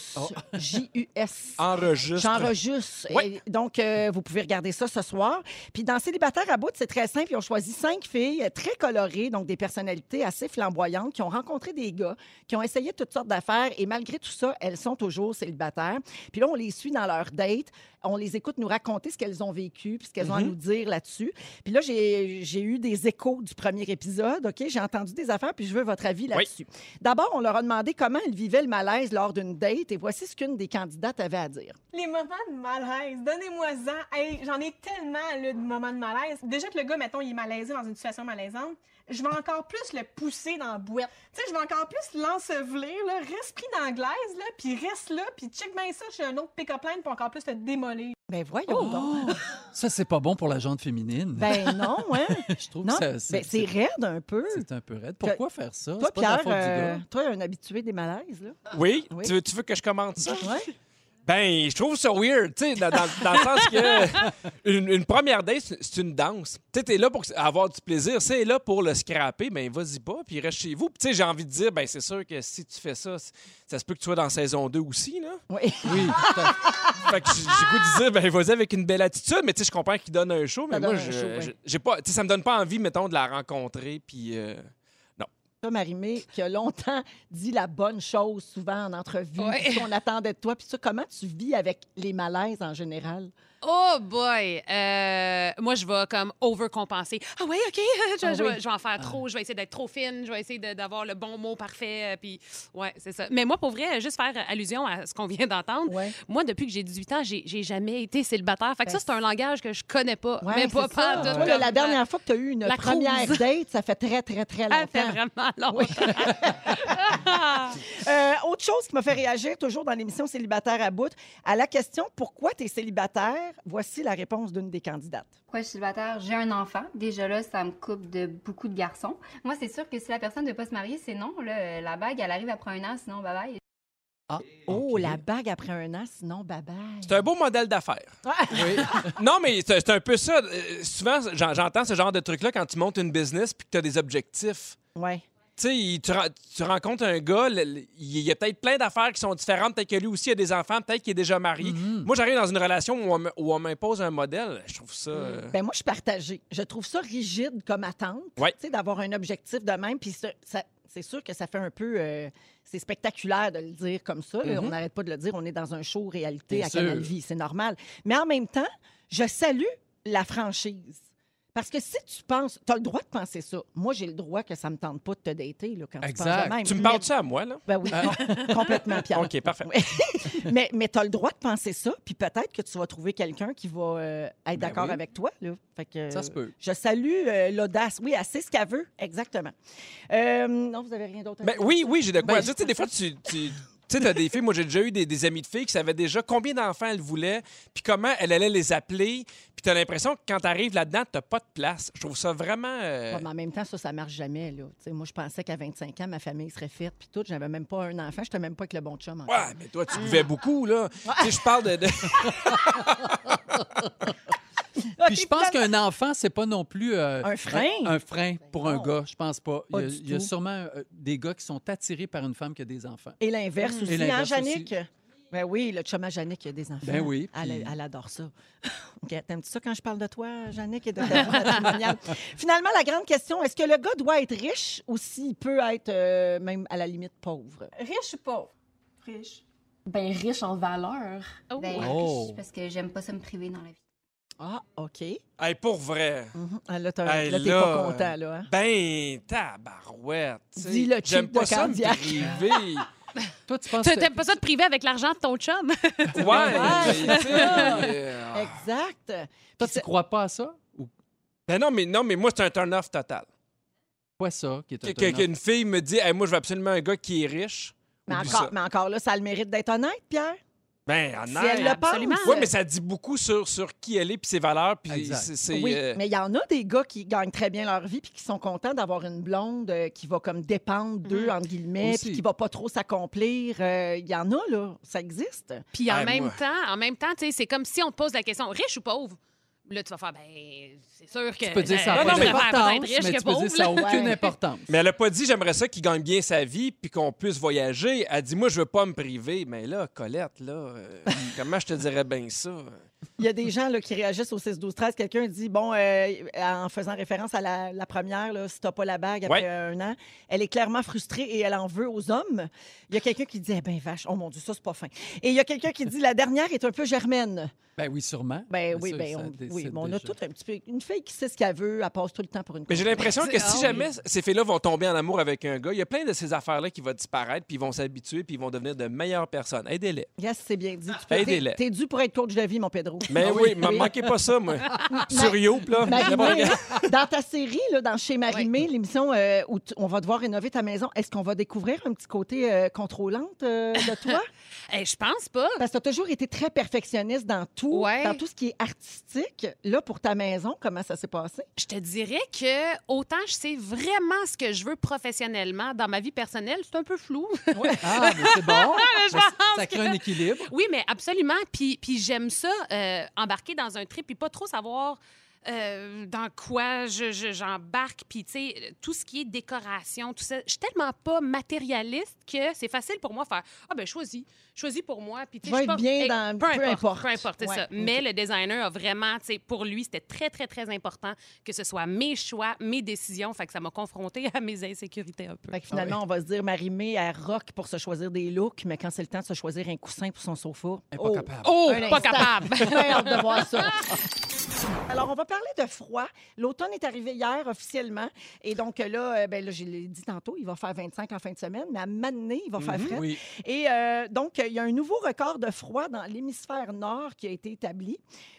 Speaker 1: J-U-S.
Speaker 5: Enregistre.
Speaker 1: J'enregistre.
Speaker 5: Ouais.
Speaker 1: Et Donc, euh, vous pouvez regarder ça ce soir. Puis dans Célibataire à bout, c'est très simple. Ils ont choisi cinq filles euh, très colorées, donc des personnalités assez flamboyantes, qui ont rencontré des gars, qui ont essayé toutes sortes d'affaires. Et malgré tout ça, elles sont toujours célibataires. Puis là, on les suit dans leur date. On les écoute nous raconter ce qu'elles ont vécu, puis ce qu'elles ont à nous dire là-dessus. Puis là, j'ai j'ai eu des échos du premier épisode. OK? J'ai entendu des affaires, puis je veux votre avis là-dessus. D'abord, on leur a demandé comment elles vivaient le malaise lors d'une date. Et voici ce qu'une des candidates avait à dire.
Speaker 6: Les moments de malaise, donnez-moi-en. Hey, j'en ai tellement, là, de moments de malaise. Déjà que le gars, mettons, il est malaisé dans une situation malaisante. je vais encore plus le pousser dans la bouette. Tu sais, je vais encore plus l'ensevelir, là, reste pris dans la glaise, là, puis reste là, puis check bien ça, j'ai un autre pick-up line pour encore plus le démolir.
Speaker 1: Ben voyons donc.
Speaker 3: Oh! ça, c'est pas bon pour la jante féminine.
Speaker 1: Ben non, hein?
Speaker 3: je trouve
Speaker 1: non,
Speaker 3: que ça-
Speaker 1: ben, c'est raide un peu.
Speaker 3: c'est un peu raide. Pourquoi faire ça?
Speaker 1: Toi,
Speaker 3: C'est pas de la
Speaker 1: Pierre,
Speaker 3: faute du
Speaker 1: euh,
Speaker 3: gars.
Speaker 1: toi, un habitué des malaises, là.
Speaker 5: Oui?
Speaker 1: Oui.
Speaker 5: Tu, veux, tu veux que je commente ça?
Speaker 1: Ouais.
Speaker 5: Ben, je trouve ça weird, tu sais, dans, dans- dans le sens que une, une première date, c'est- c'est une danse. Tu sais, t'es là pour avoir du plaisir. C'est là pour le scraper, ben vas-y pas, puis reste chez vous. Puis tu sais, j'ai envie de dire, ben c'est sûr que si tu fais ça, c- ça se peut que tu sois dans saison 2 aussi, là.
Speaker 1: Oui.
Speaker 3: Oui,
Speaker 5: Fait que j'ai j'ai goût de dire, ben vas-y avec une belle attitude, mais tu sais, je comprends qu'il donne un show, mais
Speaker 1: Ça
Speaker 5: moi,
Speaker 1: donne un
Speaker 5: je-
Speaker 1: show, ouais.
Speaker 5: je- j'ai pas, tu sais, ça me donne pas envie, mettons, de la rencontrer, puis... euh,
Speaker 1: Toi, Marimé, qui a longtemps dit la bonne chose souvent en entrevue,
Speaker 4: Ouais.
Speaker 1: puis ce qu'on attendait de toi, puis ça, comment tu vis avec les malaises en général?
Speaker 4: Oh boy! Euh, moi, je vais comme overcompenser. Ah ouais, OK, je,
Speaker 1: Ah
Speaker 4: je-
Speaker 1: oui.
Speaker 4: je vais en faire trop, je vais essayer d'être trop fine, je vais essayer de- d'avoir le bon mot parfait. euh, Puis, ouais, c'est ça. Mais moi, pour vrai, juste faire allusion à ce qu'on vient d'entendre,
Speaker 1: Ouais.
Speaker 4: moi, depuis que j'ai 18 ans, j'ai j'ai jamais été célibataire. Fait que
Speaker 1: Ben,
Speaker 4: ça, c'est un langage que je connais pas.
Speaker 1: Ouais,
Speaker 4: mais pas
Speaker 1: c'est ça.
Speaker 4: pas de
Speaker 1: Toi, là, la dernière fois que tu as eu une
Speaker 4: La
Speaker 1: première
Speaker 4: cruise.
Speaker 1: date, ça fait très, très, très
Speaker 3: Ah,
Speaker 4: Ça fait
Speaker 1: longtemps.
Speaker 4: vraiment long.
Speaker 1: Euh, autre chose qui m'a fait réagir toujours dans l'émission Célibataire à bout, à la question pourquoi tu es célibataire, voici la réponse d'une des candidates.
Speaker 7: Pourquoi je suis célibataire? J'ai un enfant. Déjà là, ça me coupe de beaucoup de garçons. Moi, c'est sûr que si la personne ne veut pas se marier, c'est non. là. la bague, elle arrive après un an, sinon, bye bye.
Speaker 3: Ah,
Speaker 1: Oh,
Speaker 3: ok.
Speaker 1: la bague après un an, sinon, bye bye.
Speaker 5: C'est un beau modèle d'affaires.
Speaker 3: Oui.
Speaker 5: Non, mais c'est c'est un peu ça. Euh, Souvent, j'en- j'entends ce genre de truc-là quand tu montes une business puis que tu as des objectifs.
Speaker 1: Ouais.
Speaker 5: tu sais, il- tu, ren- tu rencontres un gars, le- le- il y a peut-être plein d'affaires qui sont différentes. Peut-être que lui aussi a des enfants, peut-être qu'il est déjà marié. Moi, j'arrive dans une relation où on me- où on m'impose un modèle. Je trouve ça. euh,
Speaker 1: Ben moi, je suis partagée. Je trouve ça rigide comme attente,
Speaker 5: Ouais.
Speaker 1: tu sais, d'avoir un objectif de même. Puis ça- ça- c'est sûr que ça fait un peu... euh, c'est spectaculaire de le dire comme ça. là.
Speaker 5: Mhm.
Speaker 1: On n'arrête pas de le dire. On est dans un show réalité
Speaker 3: Bien
Speaker 1: à
Speaker 3: sûr.
Speaker 1: Canal Vie. C'est normal. Mais en même temps, je salue la franchise. Parce que si tu penses... Tu as le droit de penser ça. Moi, j'ai le droit que ça me tente pas de te dater là, quand tu penses
Speaker 3: Exact.
Speaker 1: de même.
Speaker 5: euh, Tu me
Speaker 1: Mais-
Speaker 5: parles Ah. de ça à moi, là?
Speaker 1: Ben oui, com- complètement, Pierre.
Speaker 5: OK, parfait.
Speaker 1: Mais, mais tu as le droit de penser ça, puis peut-être que tu vas trouver quelqu'un qui va euh, être d'accord
Speaker 3: Ben oui.
Speaker 1: avec toi. Là. Fait que,
Speaker 3: Ça se peut.
Speaker 1: Je salue euh, l'audace. Oui, elle sait ce qu'elle veut, exactement. Euh, non, vous avez rien d'autre à
Speaker 5: Ben,
Speaker 1: dire?
Speaker 5: oui, oui, j'ai de quoi
Speaker 3: Ben,
Speaker 5: dire. Tu sais, des fois, tu. tu... Tu sais, t'as des filles, moi j'ai déjà eu des, des amis de filles qui savaient déjà combien d'enfants elles voulaient, puis comment elles allaient les appeler, puis t'as l'impression que quand t'arrives là-dedans, t'as pas de place. Je trouve ça vraiment... euh,
Speaker 1: Ouais, mais en même temps, ça, ça marche jamais. Là. Tu sais, Moi, je pensais qu'à 25 ans, ma famille serait faite, puis tout. J'avais même pas un enfant. J'étais même pas avec le bon chum. encore.
Speaker 5: Ouais, mais toi, tu buvais beaucoup, là. Tu sais, je parle de... de-
Speaker 1: Ah,
Speaker 3: Puis je pense qu'un enfant, c'est pas non plus euh,
Speaker 1: Un frein?
Speaker 3: Un, un frein pour un
Speaker 1: non.
Speaker 3: gars, je pense pas.
Speaker 1: Pas
Speaker 3: il y a,
Speaker 1: du
Speaker 3: il y a
Speaker 1: tout.
Speaker 3: sûrement euh, des gars qui sont attirés par une femme qui a des enfants.
Speaker 1: Et l'inverse aussi, hein,
Speaker 3: l'inverse
Speaker 1: Jannick? Ben oui, le chum à Jannick, il a des enfants.
Speaker 3: Ben oui,
Speaker 1: Elle,
Speaker 3: puis-
Speaker 1: elle adore ça. OK, T'aimes-tu ça quand je parle de toi, Jannick, et de ta vie matrimoniale? Finalement, la grande question, est-ce que le gars doit être riche ou s'il peut être euh, même à la limite pauvre?
Speaker 6: Riche ou pauvre? Riche.
Speaker 7: Ben, riche en valeur.
Speaker 4: Oh.
Speaker 7: Ben, riche,
Speaker 3: Oh.
Speaker 7: parce que j'aime pas ça me priver dans la vie.
Speaker 1: Ah, OK.
Speaker 5: Hey, pour vrai...
Speaker 1: Mhm. Ah, là, t'as-
Speaker 5: Hey,
Speaker 1: là, t'es
Speaker 5: là,
Speaker 1: pas content, là. hein?
Speaker 5: Ben, tabarouette. tu sais.
Speaker 1: Dis le cheap
Speaker 5: J'aime pas
Speaker 1: de
Speaker 5: ça me
Speaker 1: Candiac.
Speaker 5: priver.
Speaker 3: Toi, tu penses
Speaker 4: Tu
Speaker 3: que-
Speaker 4: T'aimes pas ça de priver avec l'argent de ton chum?
Speaker 5: ouais. mais, tu sais, euh,
Speaker 1: Exact.
Speaker 3: toi, tu crois pas à ça? Ou
Speaker 5: Ben non, mais non, mais moi, c'est un turn-off total.
Speaker 3: quoi ça qui est
Speaker 5: Que-
Speaker 3: un
Speaker 5: que-
Speaker 3: turn-off?
Speaker 5: Qu'une fille me dit, Hey, moi, je veux absolument un gars qui est riche.
Speaker 1: Mais
Speaker 5: Oublie
Speaker 1: encore,
Speaker 5: ça.
Speaker 1: mais encore là, ça a le mérite d'être honnête, Pierre.
Speaker 5: Ben, honnête.
Speaker 1: si elle le pense.
Speaker 4: absolument.
Speaker 5: Ouais, mais ça dit beaucoup sur, sur qui elle est puis ses valeurs. Puis
Speaker 3: Exact.
Speaker 5: c'est. c'est,
Speaker 1: Oui,
Speaker 5: euh,
Speaker 1: mais il y en a des gars qui gagnent très bien leur vie puis qui sont contents d'avoir une blonde euh, qui va comme dépendre d'eux,
Speaker 5: Mm-hmm.
Speaker 1: entre guillemets,
Speaker 3: Aussi.
Speaker 1: puis qui va pas trop s'accomplir. Euh, Il y en a, là. Ça existe.
Speaker 4: Puis en
Speaker 5: Ah,
Speaker 4: même
Speaker 5: moi.
Speaker 4: temps, en même temps, tu sais, c'est comme si on te pose la question riche ou pauvre. Là, tu vas faire ben c'est sûr que
Speaker 3: Tu peux dire ça
Speaker 4: euh,
Speaker 3: n'a
Speaker 5: non,
Speaker 3: pas
Speaker 4: je
Speaker 5: mais-
Speaker 4: préfère
Speaker 3: d'importance,
Speaker 4: peut-être riche
Speaker 3: mais
Speaker 4: que
Speaker 3: tu peux dire
Speaker 4: pauvre,
Speaker 3: ça n'a
Speaker 4: là.
Speaker 3: aucune
Speaker 1: Ouais.
Speaker 3: importance.
Speaker 5: Mais elle a pas dit j'aimerais ça qu'il gagne bien sa vie puis qu'on puisse voyager. Elle dit moi je veux pas me priver. Mais là Colette là euh, comment je te dirais bien ça
Speaker 1: Il y a des gens là, qui réagissent au 6 12 13 Quelqu'un dit bon, euh, en faisant référence à la, la première, là, si t'as pas la bague après
Speaker 5: Ouais.
Speaker 1: un an, elle est clairement frustrée et elle en veut aux hommes. Il y a quelqu'un qui dit eh ben vache, oh mon dieu, ça c'est pas fin. Et il y a quelqu'un qui dit la dernière est un peu germaine.
Speaker 3: Ben oui, sûrement. Mais
Speaker 1: Ben oui,
Speaker 3: ça,
Speaker 1: ben
Speaker 3: ça
Speaker 1: on,
Speaker 3: décide
Speaker 1: oui, mais on
Speaker 3: déjà.
Speaker 1: a tout un petit peu une fille qui sait ce qu'elle veut, elle passe tout le temps pour une.
Speaker 5: Mais j'ai
Speaker 1: con.
Speaker 5: l'impression que
Speaker 4: C'est-
Speaker 5: si
Speaker 4: ah
Speaker 5: jamais ces filles-là vont tomber en amour avec un gars, il y a plein de ces affaires-là qui vont disparaître, puis ils vont s'habituer, puis ils vont devenir de meilleures personnes. Aidez-les.
Speaker 3: Ah,
Speaker 1: Yes, c'est bien dit. Tu
Speaker 5: Aidez-les.
Speaker 1: T'es t'es dû pour être coach de vie, mon Pedro.
Speaker 3: Ben
Speaker 5: Mais Ah oui,
Speaker 1: ah
Speaker 5: ne manquez pas ça, moi. Sur Youp, là.
Speaker 1: Marimé, dans ta série, là, dans Chez Marimé, l'émission euh, où tu- on va devoir rénover ta maison, est-ce qu'on va découvrir un petit côté euh, contrôlante euh, de toi?
Speaker 4: Eh, je pense pas.
Speaker 1: Parce que tu as toujours été très perfectionniste dans tout,
Speaker 4: Ouais.
Speaker 1: dans tout ce qui est artistique. Là, pour ta maison, comment ça s'est passé?
Speaker 4: Je te dirais que autant je sais vraiment ce que je veux professionnellement, dans ma vie personnelle, c'est un peu flou.
Speaker 3: Ah, mais c'est bon.
Speaker 4: je
Speaker 3: Mais
Speaker 4: pense
Speaker 3: ça crée
Speaker 4: que-
Speaker 3: un équilibre.
Speaker 4: Oui, mais absolument. Puis, puis j'aime ça, euh, embarquer dans un trip, puis pas trop savoir euh, dans quoi je- je- j'embarque. puis, tu sais, tout ce qui est décoration, tout ça. Je suis tellement pas matérialiste que c'est facile pour moi de faire Ah, ben choisis, choisis pour moi. Puis, tu sais,
Speaker 1: Va
Speaker 4: je
Speaker 1: être
Speaker 4: suis pas-
Speaker 1: bien
Speaker 4: Eh,
Speaker 1: dans-
Speaker 4: Peu
Speaker 1: peu
Speaker 4: importe.
Speaker 1: importe.
Speaker 4: Peu importe, c'est
Speaker 1: Ouais,
Speaker 4: ça.
Speaker 1: ok.
Speaker 4: Mais le designer a vraiment, tu sais, pour lui, c'était très, très, très important que ce soit mes choix, mes décisions. Fait que ça m'a confrontée à mes insécurités un peu.
Speaker 1: Fait que
Speaker 3: Ah
Speaker 1: finalement, on va se dire Marimé à rock pour se choisir des looks, mais quand c'est le temps de se choisir un coussin pour son sofa.
Speaker 3: Elle est
Speaker 1: oh,
Speaker 3: pas capable.
Speaker 4: Oh,
Speaker 1: Un
Speaker 4: pas
Speaker 1: instant.
Speaker 4: capable!
Speaker 1: Ben, J'ai hâte de voir ça. Alors, on va parler de froid. L'automne est arrivé hier officiellement. Et donc euh, là, euh, ben, là, je l'ai dit tantôt, il va faire 25 en fin de semaine, mais à Mané, il va faire frais.
Speaker 3: Mhm, Oui.
Speaker 1: Et euh, donc, euh, il y a un nouveau record de froid dans l'hémisphère nord qui a été établi.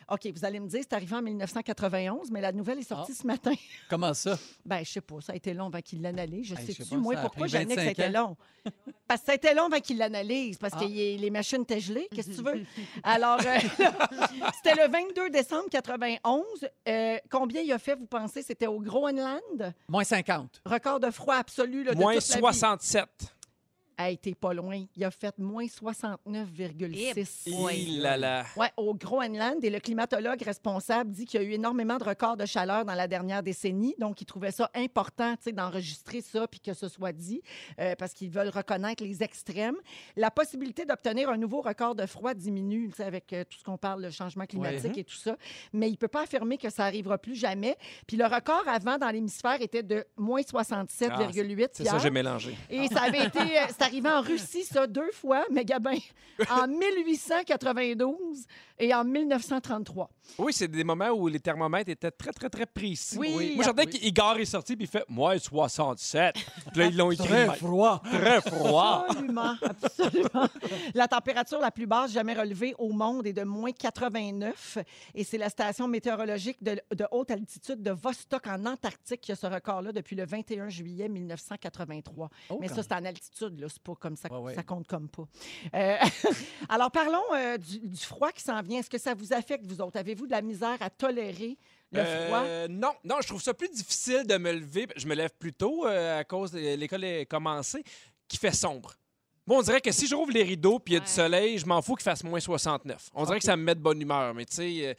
Speaker 1: OK, vous allez me dire, c'est arrivé en 1991, mais la nouvelle est sortie ce matin.
Speaker 3: Comment ça?
Speaker 1: Ben, je sais pas, ça a été long avant qu'il l'analyse. Je
Speaker 3: Hey, je sais
Speaker 1: sais-tu,
Speaker 3: pas,
Speaker 1: moi,
Speaker 3: ça a
Speaker 1: pourquoi
Speaker 3: pris
Speaker 1: j'annais que ça a
Speaker 3: 25
Speaker 1: été long? Parce que ça a été long avant qu'il l'analyse, parce
Speaker 3: Ah.
Speaker 1: que y- les machines étaient gelées, qu'est-ce que tu veux? Alors, euh, c'était le 22 décembre 91. Euh, combien il a fait, vous pensez? C'était au Groenland?
Speaker 3: Moins 50.
Speaker 1: Record de froid absolu là, de
Speaker 5: Moins
Speaker 1: toute la vie.
Speaker 5: 67.
Speaker 1: a été pas loin. Il a fait moins
Speaker 3: Eh
Speaker 1: 69,6.
Speaker 5: Il là là.
Speaker 1: Ouais, au Groenland. Et le climatologue responsable dit qu'il y a eu énormément de records de chaleur dans la dernière décennie. Donc, il trouvait ça important tu sais, d'enregistrer ça puis que ce soit dit euh, parce qu'ils veulent reconnaître les extrêmes. La possibilité d'obtenir un nouveau record de froid diminue tu sais, avec euh, tout ce qu'on parle, le changement
Speaker 5: hein.
Speaker 1: climatique et tout ça. Mais il ne peut pas affirmer que ça arrivera plus jamais. Puis le record avant dans l'hémisphère était de moins 67,8.
Speaker 5: Ah, C'est ça,
Speaker 1: hier.
Speaker 5: j'ai mélangé.
Speaker 1: Et ça avait été, euh, c'est arrivé en Russie, ça, deux fois, mais Gabin, en 1892 et en 1933.
Speaker 5: Oui, c'est des moments où les thermomètres étaient très, très, très précis.
Speaker 1: Oui.
Speaker 5: Moi, j'entendais qu'Igor est sorti, puis il fait « Moi, 67 ». Puis là, ils l'ont écrit.
Speaker 3: Très froid.
Speaker 5: Très froid.
Speaker 1: Absolument, absolument. La température la plus basse jamais relevée au monde est de moins 89. Et c'est la station météorologique de, de haute altitude de Vostok en Antarctique qui a ce record-là depuis le 21 juillet 1983.
Speaker 3: Oh,
Speaker 1: Mais
Speaker 3: quand
Speaker 1: ça, c'est en altitude, là. C'est pas comme ça,
Speaker 3: Ouais, ouais.
Speaker 1: ça compte comme pas. Euh, alors, parlons euh, du, du froid qui s'en vient. Est-ce que ça vous affecte, vous autres? Avez-vous de la misère à tolérer le froid?
Speaker 5: Euh, non, non, je trouve ça plus difficile de me lever. Je me lève plus tôt euh, à cause de l'école est commencée, qui fait sombre. Moi, on dirait que si je rouvre les rideaux puis il y a du
Speaker 4: Ouais.
Speaker 5: soleil, je m'en fous qu'il fasse moins 69. On dirait que ça me met de bonne humeur, mais tu sais, euh,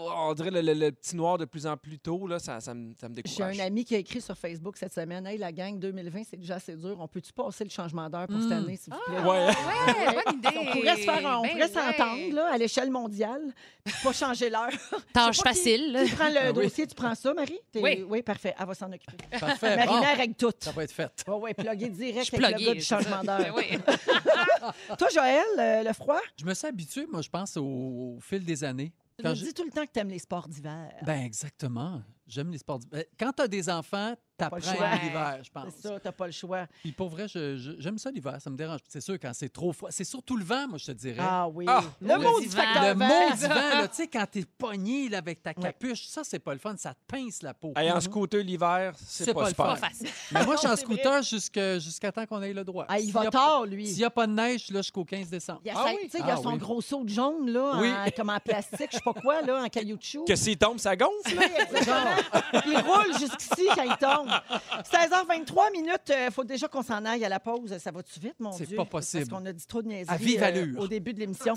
Speaker 5: on dirait le, le- le petit noir de plus en plus tôt, là, ça, ça me, ça me
Speaker 1: J'ai
Speaker 5: décourage.
Speaker 1: un ami qui a écrit sur Facebook cette semaine Hey, la gang 2020, c'est déjà assez dur. On peut-tu passer le changement d'heure pour cette
Speaker 3: Hmm.
Speaker 1: année, s'il vous plaît? Ah,
Speaker 5: Ouais.
Speaker 4: Ouais, bonne idée!
Speaker 1: On pourrait se faire, un- on
Speaker 4: Ben
Speaker 1: pourrait
Speaker 4: ouais.
Speaker 1: s'entendre là, à l'échelle mondiale, puis pas changer l'heure.
Speaker 4: Tâche
Speaker 1: Je sais pas qui-
Speaker 4: facile. là.
Speaker 1: Tu prends le
Speaker 3: Ah oui.
Speaker 1: dossier, tu prends ça, Marie? T'es-
Speaker 4: Oui.
Speaker 1: parfait. Elle va s'en occuper. Euh,
Speaker 3: Parfait. Bon,
Speaker 1: Marie-Mère règle tout.
Speaker 3: ça va être fait.
Speaker 1: Oui, oui, plugué direct
Speaker 4: Je suis
Speaker 1: avec le gars
Speaker 4: pluguée,
Speaker 1: du
Speaker 4: c'est ça.
Speaker 1: changement
Speaker 4: Ben
Speaker 1: d'heure.
Speaker 4: oui.
Speaker 1: Toi, Joël, euh, le froid,
Speaker 3: Je me suis habitué, moi, je pense, au, au fil des années.
Speaker 1: tu
Speaker 3: Quand
Speaker 1: nous
Speaker 3: j'ai-
Speaker 1: dis tout le temps que tu aimes les sports d'hiver.
Speaker 3: Ben exactement. J'aime les sports. d'hiver. Ben, Quand t'as des enfants,
Speaker 1: Pas le
Speaker 3: t'apprends
Speaker 1: choix.
Speaker 3: à l'hiver, je pense.
Speaker 1: Ben, C'est ça, t'as pas le choix.
Speaker 3: Puis pour vrai, je- je- j'aime ça l'hiver, ça me dérange. C'est sûr quand c'est trop froid. C'est surtout le vent, moi je te dirais.
Speaker 1: Ah oui.
Speaker 5: Ah,
Speaker 1: le
Speaker 3: oui.
Speaker 1: mot du
Speaker 4: Divan.
Speaker 1: facteur
Speaker 3: Le
Speaker 1: vent.
Speaker 3: maudit vent, là, tu sais, quand t'es pogné là, avec ta
Speaker 1: ben, Ouais.
Speaker 3: capuche, ça, c'est pas le fun, ça te pince la peau.
Speaker 5: Hey, en scooter l'hiver, c'est
Speaker 3: C'est
Speaker 5: pas,
Speaker 3: pas le
Speaker 5: super.
Speaker 4: Pas
Speaker 3: fun.
Speaker 4: facile.
Speaker 3: Mais moi, je suis en
Speaker 1: C'est vrai.
Speaker 3: scooter jusqu'à jusqu'à temps qu'on ait le droit.
Speaker 1: Ah, il
Speaker 3: S'il y
Speaker 1: va
Speaker 3: a-
Speaker 1: tard,
Speaker 3: S'il
Speaker 1: lui.
Speaker 3: n'y a pas de neige, là, jusqu'au 15 décembre.
Speaker 1: Il y a,
Speaker 5: Ah
Speaker 1: sa-
Speaker 5: oui.
Speaker 1: tu sais, il y a
Speaker 3: Ah
Speaker 1: son
Speaker 3: oui.
Speaker 1: gros seau de jaune, là,
Speaker 5: Oui.
Speaker 1: en- comme en plastique, je sais pas quoi, là, en caoutchouc.
Speaker 5: Que s'il tombe, ça gonfle.
Speaker 1: Oui, exactement. il roule jusqu'ici quand il tombe. 16h23 minutes. euh, faut déjà qu'on s'en aille à la pause. Ça va-tu vite, mon
Speaker 3: C'est
Speaker 1: Dieu?
Speaker 3: pas possible.
Speaker 1: Parce qu'on a dit trop de niaiseries
Speaker 3: À vive
Speaker 1: euh,
Speaker 3: allure.
Speaker 1: au début de l'émission.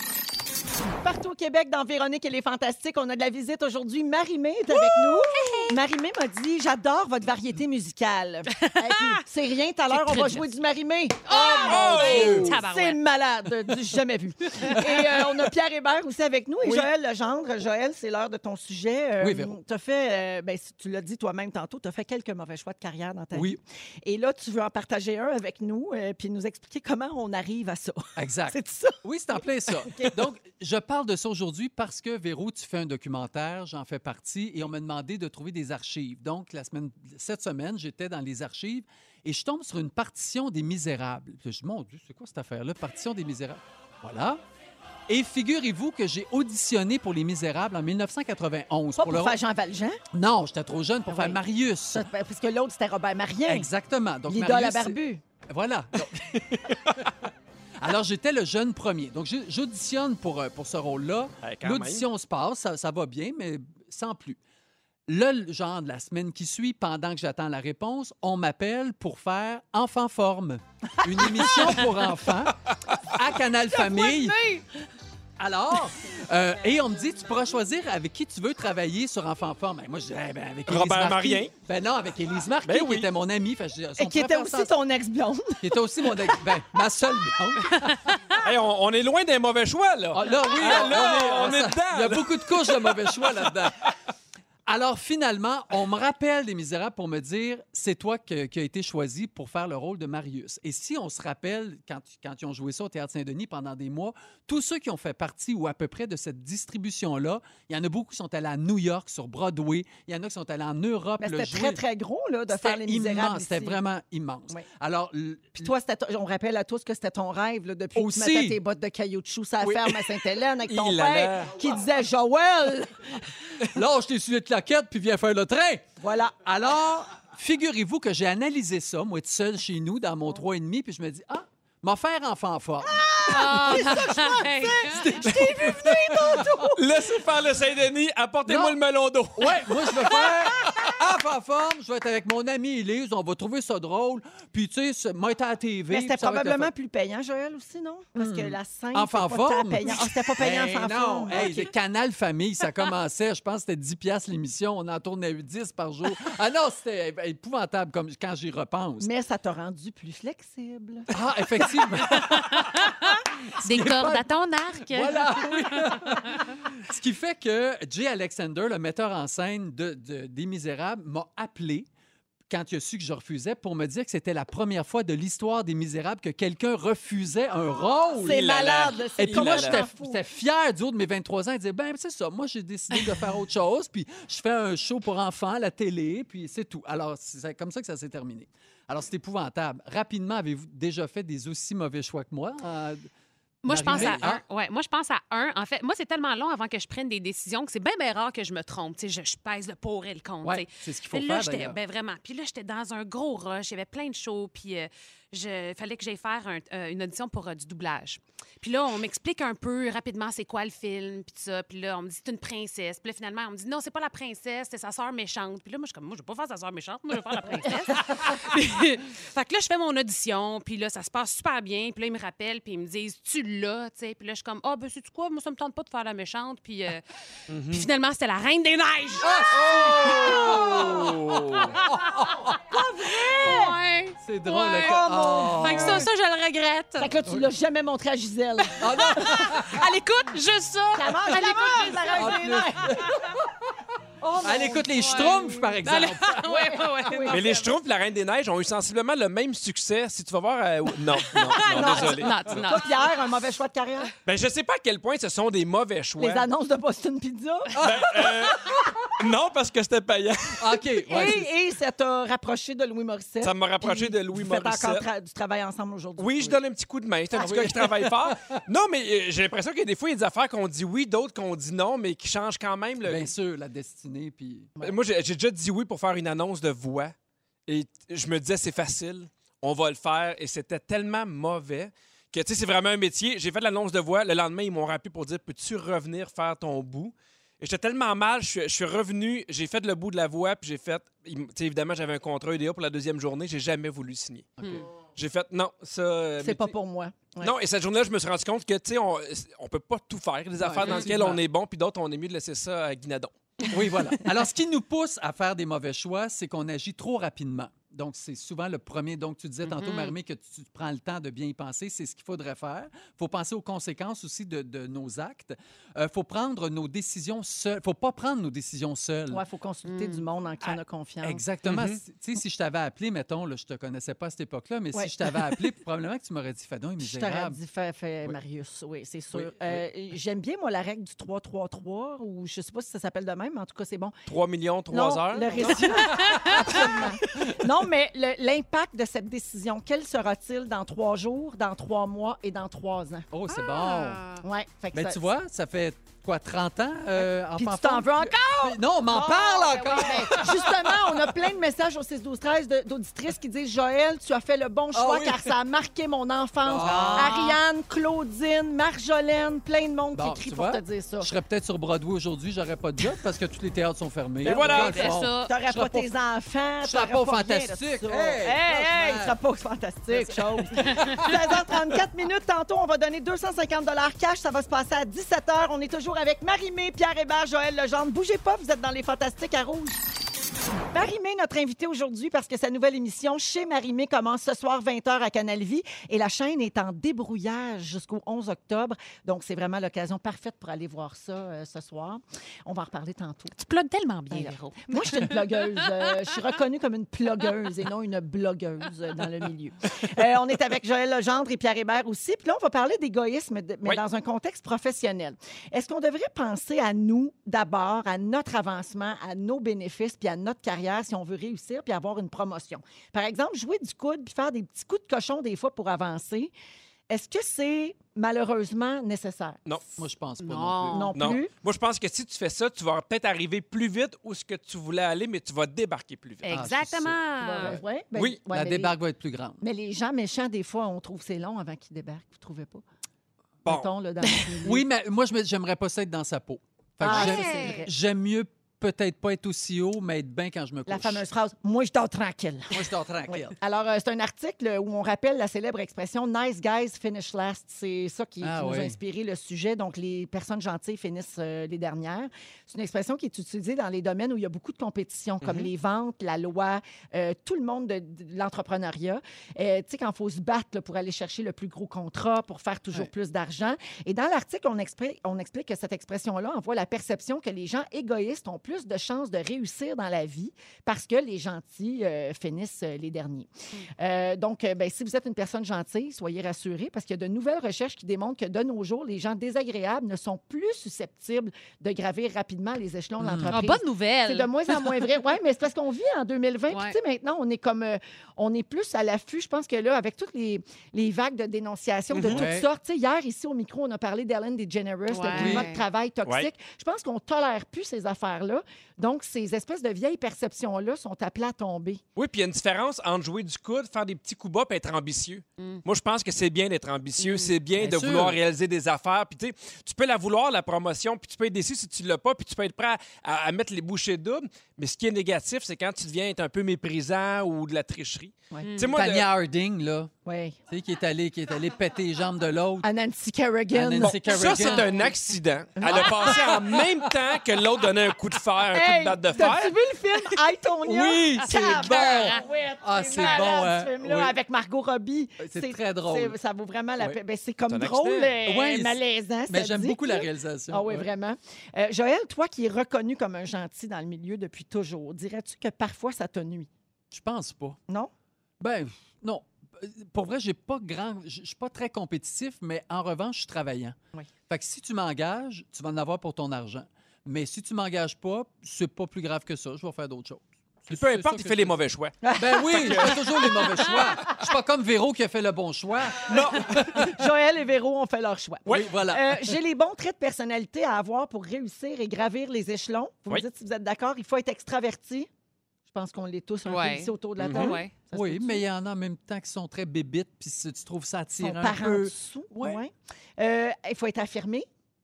Speaker 1: Partout au Québec, dans Véronique et les Fantastiques, on a de la visite aujourd'hui. Marie-Mé est avec nous. Marie-Mé m'a dit J'adore votre variété musicale. Et puis, C'est rien, tout à l'heure, on
Speaker 4: très
Speaker 1: va
Speaker 4: bien.
Speaker 1: jouer du Marie-Mé. Oh,
Speaker 4: Hey,
Speaker 1: C'est
Speaker 4: tabarouette.
Speaker 1: malade, du jamais vu. Et euh, on a Pierre Hébert aussi avec nous et
Speaker 5: Oui.
Speaker 1: Joël Legendre. Joël, c'est l'heure de ton sujet. euh,
Speaker 3: Oui, Véro.
Speaker 1: t'as fait, euh, ben, si tu l'as dit toi-même tantôt, tu as fait quelques mauvais choix de carrière dans ta vie.
Speaker 3: Oui,
Speaker 1: Et là, tu veux en partager un avec nous euh, puis nous expliquer comment on arrive à ça.
Speaker 3: exact.
Speaker 1: C'est ça?
Speaker 3: Oui, Ah. c'est en plein ça. Donc, je parle de ça aujourd'hui parce que, Véro, tu fais un documentaire, j'en fais partie, et on m'a demandé de trouver des archives. Donc, la semaine, cette semaine, j'étais dans les archives et je tombe sur une partition des Misérables. Puis Je dis, mon Dieu, c'est quoi cette affaire-là? Partition des Misérables. Voilà. Et figurez-vous que j'ai auditionné pour Les Misérables en 1991.
Speaker 1: Pas pour,
Speaker 3: le
Speaker 1: faire
Speaker 3: rôle-
Speaker 1: Jean Valjean,
Speaker 3: Non, j'étais trop jeune pour
Speaker 1: Ah
Speaker 3: faire
Speaker 1: oui.
Speaker 3: Marius.
Speaker 1: ça- parce que l'autre, c'était Robert Marien.
Speaker 3: Exactement. Donc,
Speaker 1: L'idole à
Speaker 3: Marius, c'est-
Speaker 1: barbu.
Speaker 3: Voilà. Donc- Alors, j'étais le jeune premier. Donc, j'ai- j'auditionne pour, euh, pour ce rôle-là.
Speaker 5: Eh, quand
Speaker 3: L'audition se passe, ça, ça va bien, mais sans plus. Le genre de la semaine qui suit, pendant que j'attends la réponse, on m'appelle pour faire Enfant Forme, une émission pour enfants à Canal Famille. Alors, euh, et on me dit, tu pourras choisir avec qui tu veux travailler sur Enfant Forme. Ben, moi, je dis, Eh ben, avec Élise
Speaker 5: Robert
Speaker 3: Marquis.
Speaker 5: Marien.
Speaker 3: Ben non, avec Élise Marquis,
Speaker 5: Ben oui.
Speaker 3: qui était mon amie. Fait que je dis,
Speaker 1: Et
Speaker 3: on
Speaker 1: qui
Speaker 3: pourrait
Speaker 1: était
Speaker 3: faire ça
Speaker 1: aussi ton ex-blonde.
Speaker 3: qui était aussi mon ex- ben, ma seule blonde.
Speaker 5: Hey, on, on est loin des mauvais choix, là.
Speaker 3: Ah, là, oui,
Speaker 5: Ah, là, on est
Speaker 3: ça-
Speaker 5: dedans,
Speaker 3: Il y a
Speaker 5: là.
Speaker 3: beaucoup de couches de mauvais choix là-dedans. Alors, finalement, on me rappelle des Misérables pour me dire c'est toi que- qui as été choisi pour faire le rôle de Marius. Et si on se rappelle, quand, quand ils ont joué ça au Théâtre Saint-Denis pendant des mois, tous ceux qui ont fait partie ou à peu près de cette distribution-là, il y en a beaucoup qui sont allés à New York, sur Broadway, il y en a qui sont allés en Europe.
Speaker 1: Mais
Speaker 3: le
Speaker 1: Ben, c'était
Speaker 3: jouer.
Speaker 1: très, très gros, là, de
Speaker 3: C'était
Speaker 1: faire les misérables.
Speaker 3: immense, C'était
Speaker 1: ici.
Speaker 3: vraiment immense.
Speaker 1: Oui.
Speaker 3: Alors, l-
Speaker 1: Puis toi, c'était ton- on rappelle à tous que c'était ton rêve là, depuis
Speaker 3: Aussi.
Speaker 1: que tu mettais tes bottes de caoutchouc sur la
Speaker 5: Oui.
Speaker 1: ferme à Sainte-Hélène avec ton
Speaker 5: Il a
Speaker 1: père
Speaker 5: l'air.
Speaker 1: qui disait Joël.
Speaker 3: lâche tes sujets de claquettes puis viens faire le train.
Speaker 1: Voilà.
Speaker 3: Alors, figurez-vous que j'ai analysé ça, moi, tout seul chez nous, dans mon 3,5, puis je me dis, ah, m'en faire enfant fort.
Speaker 4: Ah! Hey.
Speaker 5: Laissez faire le Saint-Denis,
Speaker 3: Non.
Speaker 5: apportez-moi le melon d'eau.
Speaker 3: Ouais, moi, je vais faire enfant fort, je vais être avec mon ami Élise, on va trouver ça drôle, puis tu sais, ça- moi, être à la TV.
Speaker 1: Mais c'était
Speaker 3: puis ça va être le
Speaker 1: probablement
Speaker 3: fun.
Speaker 1: plus payant, Joël, aussi, non? Parce que
Speaker 5: Hmm.
Speaker 1: la scène,
Speaker 3: En
Speaker 1: c'était pas
Speaker 3: fanforme?
Speaker 1: tant payant. Ah, c'était pas payant
Speaker 3: Ben
Speaker 1: en
Speaker 3: non,
Speaker 1: fanforme.
Speaker 3: hey,
Speaker 1: Ok.
Speaker 3: le Canal Famille, ça commençait, je pense que c'était 10 piastres l'émission, on en tournait 10 par jour. Ah non, c'était épouvantable comme quand j'y repense.
Speaker 1: Mais ça t'a rendu plus flexible.
Speaker 3: Ah, effectivement.
Speaker 4: Des cordes à ton arc.
Speaker 3: Voilà, oui. Ce qui fait que Jay Alexander, le metteur en scène de, de- des Misérables, m'a appelé quand il a su que je refusais pour me dire que c'était la première fois de l'histoire des Misérables que quelqu'un refusait un rôle.
Speaker 1: C'est malade.
Speaker 3: Et puis moi,
Speaker 5: Il a
Speaker 3: j'étais j'étais fier du haut de mes 23 ans. et disais, ben, c'est ça, moi, j'ai décidé de faire autre chose. Puis je fais un show pour enfants à la télé, puis c'est tout. Alors, c'est comme ça que ça s'est terminé. Alors, c'est épouvantable. Rapidement, avez-vous déjà fait des aussi mauvais choix que moi? Euh,
Speaker 4: Moi, je pense à
Speaker 3: Marie-Mé, hein?
Speaker 4: un. Ouais, moi, je pense à un. En fait, moi, c'est tellement long avant que je prenne des décisions que c'est bien, bien rare que je me trompe. Tu sais, je, je pèse le pour et le contre.
Speaker 3: Ouais,
Speaker 4: tu sais.
Speaker 3: c'est ce qu'il faut
Speaker 4: là,
Speaker 3: faire,
Speaker 4: j'étais
Speaker 3: d'ailleurs.
Speaker 4: ben vraiment. Puis là, j'étais dans un gros rush. Il y avait plein de shows. Puis euh, je fallait que j'aille faire un- euh, une audition pour euh, du doublage. Puis là, on m'explique un peu rapidement c'est quoi le film, puis tout ça. Puis là, on me dit c'est une princesse. Puis là, finalement, on me dit non, c'est pas la princesse, c'est sa sœur méchante. Puis là, moi, je suis comme moi, je vais pas faire sa sœur méchante, moi, je vais faire la princesse. Puis- fait que là, je fais mon audition, puis là, ça se passe super bien. Puis là, ils me rappellent, puis ils me disent tu l'as, tu sais. Puis là, je suis comme ah ben c'est quoi, moi, ça me tente pas de faire la méchante. Puis, euh,
Speaker 3: Mhm.
Speaker 4: puis finalement, c'était la reine des neiges. Ouais.
Speaker 3: C'est drôle.
Speaker 4: Ouais.
Speaker 3: le- Oh.
Speaker 4: Fait que ça, ça, je le regrette.
Speaker 1: Fait que là, tu l'as jamais montré à Gisèle.
Speaker 3: Ah non!
Speaker 4: Elle écoute juste ça. Elle
Speaker 1: mange,
Speaker 4: écoute juste ça.
Speaker 5: Ah,
Speaker 1: Ben,
Speaker 3: En plus. Elle écoute les schtroumpfs, par exemple.
Speaker 4: Ouais,
Speaker 1: ben,
Speaker 4: ouais, ouais.
Speaker 5: Mais les Schtroumpfs, la Reine des Neiges, ont eu sensiblement le même succès. Si tu vas voir. euh, Non, non, non, désolé.
Speaker 4: Non, non.
Speaker 1: Toi, Pierre, un mauvais choix de carrière.
Speaker 5: Ben, je sais pas à quel point ce sont des mauvais
Speaker 1: Les
Speaker 5: choix.
Speaker 1: annonces de Boston Pizza.
Speaker 5: Ah, Non, parce que c'était payant.
Speaker 3: Ah, OK. ouais, c'est-
Speaker 1: et, et ça t'a rapproché de Louis Morissette.
Speaker 5: Ça m'a rapproché
Speaker 1: Puis
Speaker 5: de Louis
Speaker 1: vous faites
Speaker 5: Morissette.
Speaker 1: encore tra- du travail ensemble aujourd'hui.
Speaker 5: Oui, je donne un petit coup de main. C'est un petit gars qui travaille fort. Non, mais euh, j'ai l'impression qu'il y a des fois, il y a des affaires qu'on dit oui, d'autres qu'on dit non, mais qui changent quand même. le-
Speaker 3: Bien sûr, la destinée, puis...
Speaker 5: Ben, Moi, j'ai j'ai déjà dit oui pour faire une annonce de voix. Et je me disais, c'est facile, on va le faire. Et c'était tellement mauvais que, tu sais, c'est vraiment un métier. J'ai fait l'annonce de voix. Le lendemain, ils m'ont rappelé pour dire, peux-tu revenir faire ton bout? Et j'étais tellement mal, je suis, je suis revenu, j'ai fait le bout de la voix, puis j'ai fait. ils m- Tu sais, évidemment, j'avais un contrat EDA pour la deuxième journée, j'ai jamais voulu signer. J'ai fait, non, ça. euh,
Speaker 1: Hmm. C'est
Speaker 5: mais
Speaker 1: pas
Speaker 5: tu-
Speaker 1: pour moi. Ouais.
Speaker 5: Non, et cette journée-là, je me suis rendu compte que, tu sais, on, on peut pas tout faire. Il y a des affaires dans lesquelles on
Speaker 3: effectivement.
Speaker 5: est bon, puis d'autres, on est mieux de laisser ça à Guinadon.
Speaker 3: Oui, voilà. Alors, ce qui nous pousse à faire des mauvais choix, c'est qu'on agit trop rapidement. Donc, c'est souvent le premier. Donc, tu disais tantôt,
Speaker 4: Mhm.
Speaker 3: Marimé, que tu prends le temps de bien y penser. C'est ce qu'il faudrait faire. Il faut penser aux conséquences aussi de, de nos actes. Il faut prendre nos décisions seules. faut pas prendre nos décisions seules.
Speaker 1: Ouais, faut consulter
Speaker 5: Hmm.
Speaker 4: Mm.
Speaker 1: du monde en qui
Speaker 5: Ah,
Speaker 1: on a confiance.
Speaker 3: Exactement.
Speaker 1: Mhm.
Speaker 3: Si- Tu sais, si je t'avais appelé, mettons, là, je te connaissais pas à cette époque-là, mais
Speaker 1: Ouais.
Speaker 3: si je t'avais appelé, probablement que tu m'aurais dit Fadon est
Speaker 1: Je t'aurais
Speaker 3: misérable.
Speaker 1: dit, fais, fais
Speaker 3: Oui.
Speaker 1: Marius, oui, c'est sûr.
Speaker 3: Oui, oui.
Speaker 1: Euh, J'aime bien, moi, la règle du 3-3-3, ou je sais pas si ça s'appelle de même, mais en tout cas, c'est bon.
Speaker 5: 3 millions, 3
Speaker 1: non,
Speaker 5: heures.
Speaker 1: Le récit. Absolument. Non, mais le- l'impact de cette décision, quel sera-t-il dans trois jours, dans trois mois et dans trois ans?
Speaker 3: Oh, c'est
Speaker 4: Ah.
Speaker 1: Ouais, fait que
Speaker 3: bon. Mais
Speaker 1: ça-
Speaker 3: Ben, tu vois, ça fait quoi, 30 ans? euh,
Speaker 1: Puis
Speaker 3: enfant
Speaker 1: tu t'en
Speaker 3: fort?
Speaker 1: veux encore?
Speaker 3: Mais Non, on m'en parle
Speaker 1: ben
Speaker 3: encore!
Speaker 1: oui, ben, justement, on a plein de messages au 6 12 13 de- d'auditrices qui disent Joël, tu as fait le bon choix
Speaker 3: Ah oui.
Speaker 1: car ça a marqué mon enfance.
Speaker 3: Ah.
Speaker 1: Ariane, Claudine, Marjolaine, plein de monde
Speaker 3: Bon,
Speaker 1: qui écrit
Speaker 3: tu
Speaker 1: pour
Speaker 3: vois,
Speaker 1: te dire ça.
Speaker 3: Je serais peut-être sur Broadway aujourd'hui, j'aurais pas de job parce que tous les théâtres sont fermés.
Speaker 1: Ben,
Speaker 5: Et voilà.
Speaker 3: Dans le
Speaker 4: C'est
Speaker 3: fond.
Speaker 4: ça.
Speaker 1: T'aurais
Speaker 3: je serais
Speaker 1: pas tes enfants.
Speaker 3: je serais
Speaker 1: t'aurais
Speaker 3: pas
Speaker 1: rien de
Speaker 3: fantastique.
Speaker 1: ça.
Speaker 3: Hey,
Speaker 1: hey, hey,
Speaker 3: franchement.
Speaker 1: serais pas fantastique, chose. 16h34 minutes. Tantôt, on va donner 250 cash. Ça va se passer à 17h. On est toujours avec Marie-Mé, Pierre Hébert, Joël Legendre. Bougez pas, vous êtes dans les fantastiques à rouge. Marimé, notre invitée aujourd'hui, parce que sa nouvelle émission chez Marimé commence ce soir 20h à Canal Vie et la chaîne est en débrouillage jusqu'au 11 octobre. Donc, c'est vraiment l'occasion parfaite pour aller voir ça euh, ce soir. On va en reparler tantôt.
Speaker 4: Tu plugues tellement bien,
Speaker 1: Ben là.
Speaker 4: Véro.
Speaker 1: Moi, je suis une blogueuse. Euh, je suis reconnue comme une blogueuse et non une blogueuse euh, dans le milieu. Euh, on est avec Joël Legendre et Pierre Hébert aussi. Puis là, on va parler d'égoïsme, de- mais
Speaker 5: Oui.
Speaker 1: dans un contexte professionnel. Est-ce qu'on devrait penser à nous d'abord, à notre avancement, à nos bénéfices, puis à notre carrière si on veut réussir puis avoir une promotion? Par exemple, jouer du coude puis faire des petits coups de cochon des fois pour avancer. Est-ce que c'est malheureusement nécessaire?
Speaker 5: Non.
Speaker 3: Moi, je pense pas non,
Speaker 4: Non.
Speaker 3: plus.
Speaker 1: Non
Speaker 5: Non.
Speaker 1: plus.
Speaker 5: Moi, je pense que si tu fais ça, tu vas peut-être arriver plus vite où ce que tu voulais aller, mais tu vas débarquer plus
Speaker 4: Ah,
Speaker 1: Eh.
Speaker 5: vite.
Speaker 4: Exactement.
Speaker 1: Ouais, ben,
Speaker 5: Oui,
Speaker 1: ouais,
Speaker 3: La
Speaker 1: mais les-
Speaker 3: débarque va être plus grande.
Speaker 1: Mais les gens méchants, des fois, on trouve c'est long avant qu'ils débarquent. Vous trouvez pas?
Speaker 5: Bon.
Speaker 1: Mettons, là, dans le milieu.
Speaker 3: Oui, mais moi, je me- j'aimerais pas ça être dans sa peau. Fait que
Speaker 1: Ah,
Speaker 3: j'aime-
Speaker 1: ça, c'est vrai.
Speaker 3: j'aime mieux peut-être pas être aussi haut, mais être bien quand je me couche.
Speaker 1: La fameuse phrase « Moi, je dors tranquille
Speaker 3: Moi, je dors tranquille. ».
Speaker 1: Alors, euh, c'est un article où on rappelle la célèbre expression « Nice guys finish last ». C'est ça qui, qui
Speaker 3: Ah
Speaker 1: nous
Speaker 3: oui.
Speaker 1: a inspiré le sujet. Donc, les personnes gentilles finissent euh, les dernières. C'est une expression qui est utilisée dans les domaines où il y a beaucoup de compétition, comme
Speaker 3: Mhm.
Speaker 1: les ventes, la loi, euh, tout le monde de, de l'entrepreneuriat. Euh, tu sais, quand il faut se battre là, pour aller chercher le plus gros contrat, pour faire toujours
Speaker 3: Ouais.
Speaker 1: plus d'argent. Et dans l'article, on explique, on explique que cette expression-là envoie la perception que les gens égoïstes ont plus de chances de réussir dans la vie parce que les gentils euh, finissent euh, les derniers. Euh, donc, euh, ben, si vous êtes une personne gentille, soyez rassurés parce qu'il y a de nouvelles recherches qui démontrent que de nos jours, les gens désagréables ne sont plus susceptibles de gravir rapidement les échelons de
Speaker 4: Ah,
Speaker 1: l'entreprise.
Speaker 4: bonne
Speaker 1: C'est de
Speaker 4: nouvelle.
Speaker 1: moins en moins vrai. Oui, mais c'est parce qu'on vit en 2020. Puis,
Speaker 4: Ouais.
Speaker 1: tu sais, maintenant, on est comme. euh, on est plus à l'affût. Je pense que là, avec toutes les, les vagues de dénonciations de
Speaker 5: Mhm.
Speaker 1: toutes
Speaker 3: Ouais.
Speaker 1: sortes, tu sais, hier, ici, au micro, on a parlé d'Ellen DeGeneres,
Speaker 4: Ouais.
Speaker 1: le climat de travail toxique.
Speaker 5: Ouais.
Speaker 1: Je pense qu'on tolère plus ces affaires-là. Donc, ces espèces de vieilles perceptions-là sont appelées à tomber.
Speaker 5: Oui, puis il y a une différence entre jouer du coude, faire des petits coups bas et être ambitieux.
Speaker 1: Mm.
Speaker 5: Moi, je pense que c'est bien d'être ambitieux, c'est bien,
Speaker 3: Bien
Speaker 5: de
Speaker 3: sûr.
Speaker 5: vouloir réaliser des affaires. Puis tu sais, tu peux la vouloir, la promotion, puis tu peux être déçu si tu l'as pas, puis tu peux être prêt à, à- à mettre les bouchées doubles. Mais ce qui est négatif, c'est quand tu deviens être un peu méprisant ou de la tricherie.
Speaker 1: Ouais. Mm.
Speaker 5: Tu sais, moi, de-
Speaker 3: Tanya Harding, là,
Speaker 1: Oui.
Speaker 3: tu sais, qui est allée, qui est allée péter les jambes de l'autre.
Speaker 1: À Nancy Kerrigan.
Speaker 3: À Nancy
Speaker 1: Bon,
Speaker 3: Kerrigan.
Speaker 5: ça, c'est un accident. Elle a passé en même temps que l'autre donnait un coup de fer, un coup de batte de fer.
Speaker 1: T'as-tu vu le film I, Tonya?
Speaker 5: Oui, c'est
Speaker 1: Tabarouette,
Speaker 3: Ah, c'est
Speaker 1: malade,
Speaker 3: bon, hein?
Speaker 1: ce film-là,
Speaker 3: Oui.
Speaker 1: avec Margot Robbie.
Speaker 3: C'est très drôle.
Speaker 1: Ah, c'est- Ça vaut vraiment la
Speaker 3: Oui.
Speaker 1: peine. Ben, c'est comme
Speaker 5: C'est un
Speaker 1: drôle,
Speaker 5: accident.
Speaker 1: euh,
Speaker 3: Ouais, c'est-
Speaker 1: malaisant.
Speaker 3: Mais
Speaker 1: ça
Speaker 3: j'aime
Speaker 1: dit,
Speaker 3: beaucoup la
Speaker 1: là.
Speaker 3: réalisation.
Speaker 1: Ah oui,
Speaker 3: ouais.
Speaker 1: vraiment. Euh, Joël, toi qui es reconnu comme un gentil dans le milieu depuis toujours, dirais-tu que parfois ça te nuit?
Speaker 3: Je pense pas.
Speaker 1: Non?
Speaker 3: Ben, non. Pour vrai, j'ai pas grand. Je je suis pas très compétitif, mais en revanche, je suis travaillant.
Speaker 1: Oui.
Speaker 3: Fait que si tu m'engages, tu vas en avoir pour ton argent. Mais si tu m'engages pas, c'est pas plus grave que ça. Je vais faire d'autres choses. C'est-
Speaker 5: Peu
Speaker 3: c'est
Speaker 5: importe,
Speaker 3: ça
Speaker 5: il
Speaker 3: que
Speaker 5: fait
Speaker 3: je-
Speaker 5: les mauvais choix.
Speaker 3: Ben oui, je fais toujours les mauvais choix. Je suis pas comme Véro qui a fait le bon choix.
Speaker 5: Non,
Speaker 1: Joël et Véro ont fait leur choix.
Speaker 5: Oui.
Speaker 3: Oui, voilà.
Speaker 1: Euh, J'ai les bons traits de personnalité à avoir pour réussir et gravir les échelons. Vous
Speaker 5: Oui.
Speaker 1: me dites si vous êtes d'accord, il faut être extraverti. Je pense qu'on l'est tous un peu
Speaker 4: Ouais.
Speaker 1: ici autour de la
Speaker 3: Mhm.
Speaker 1: table.
Speaker 4: Ouais.
Speaker 1: Ça se
Speaker 3: Oui,
Speaker 1: peut-tu?
Speaker 3: mais il y en a en même temps qui sont très bébites, puis si tu trouves ça
Speaker 1: Son
Speaker 3: attirant un
Speaker 1: parent en
Speaker 3: peu.
Speaker 1: dessous.
Speaker 3: Ouais.
Speaker 1: ouais. Euh, il faut être affirmé,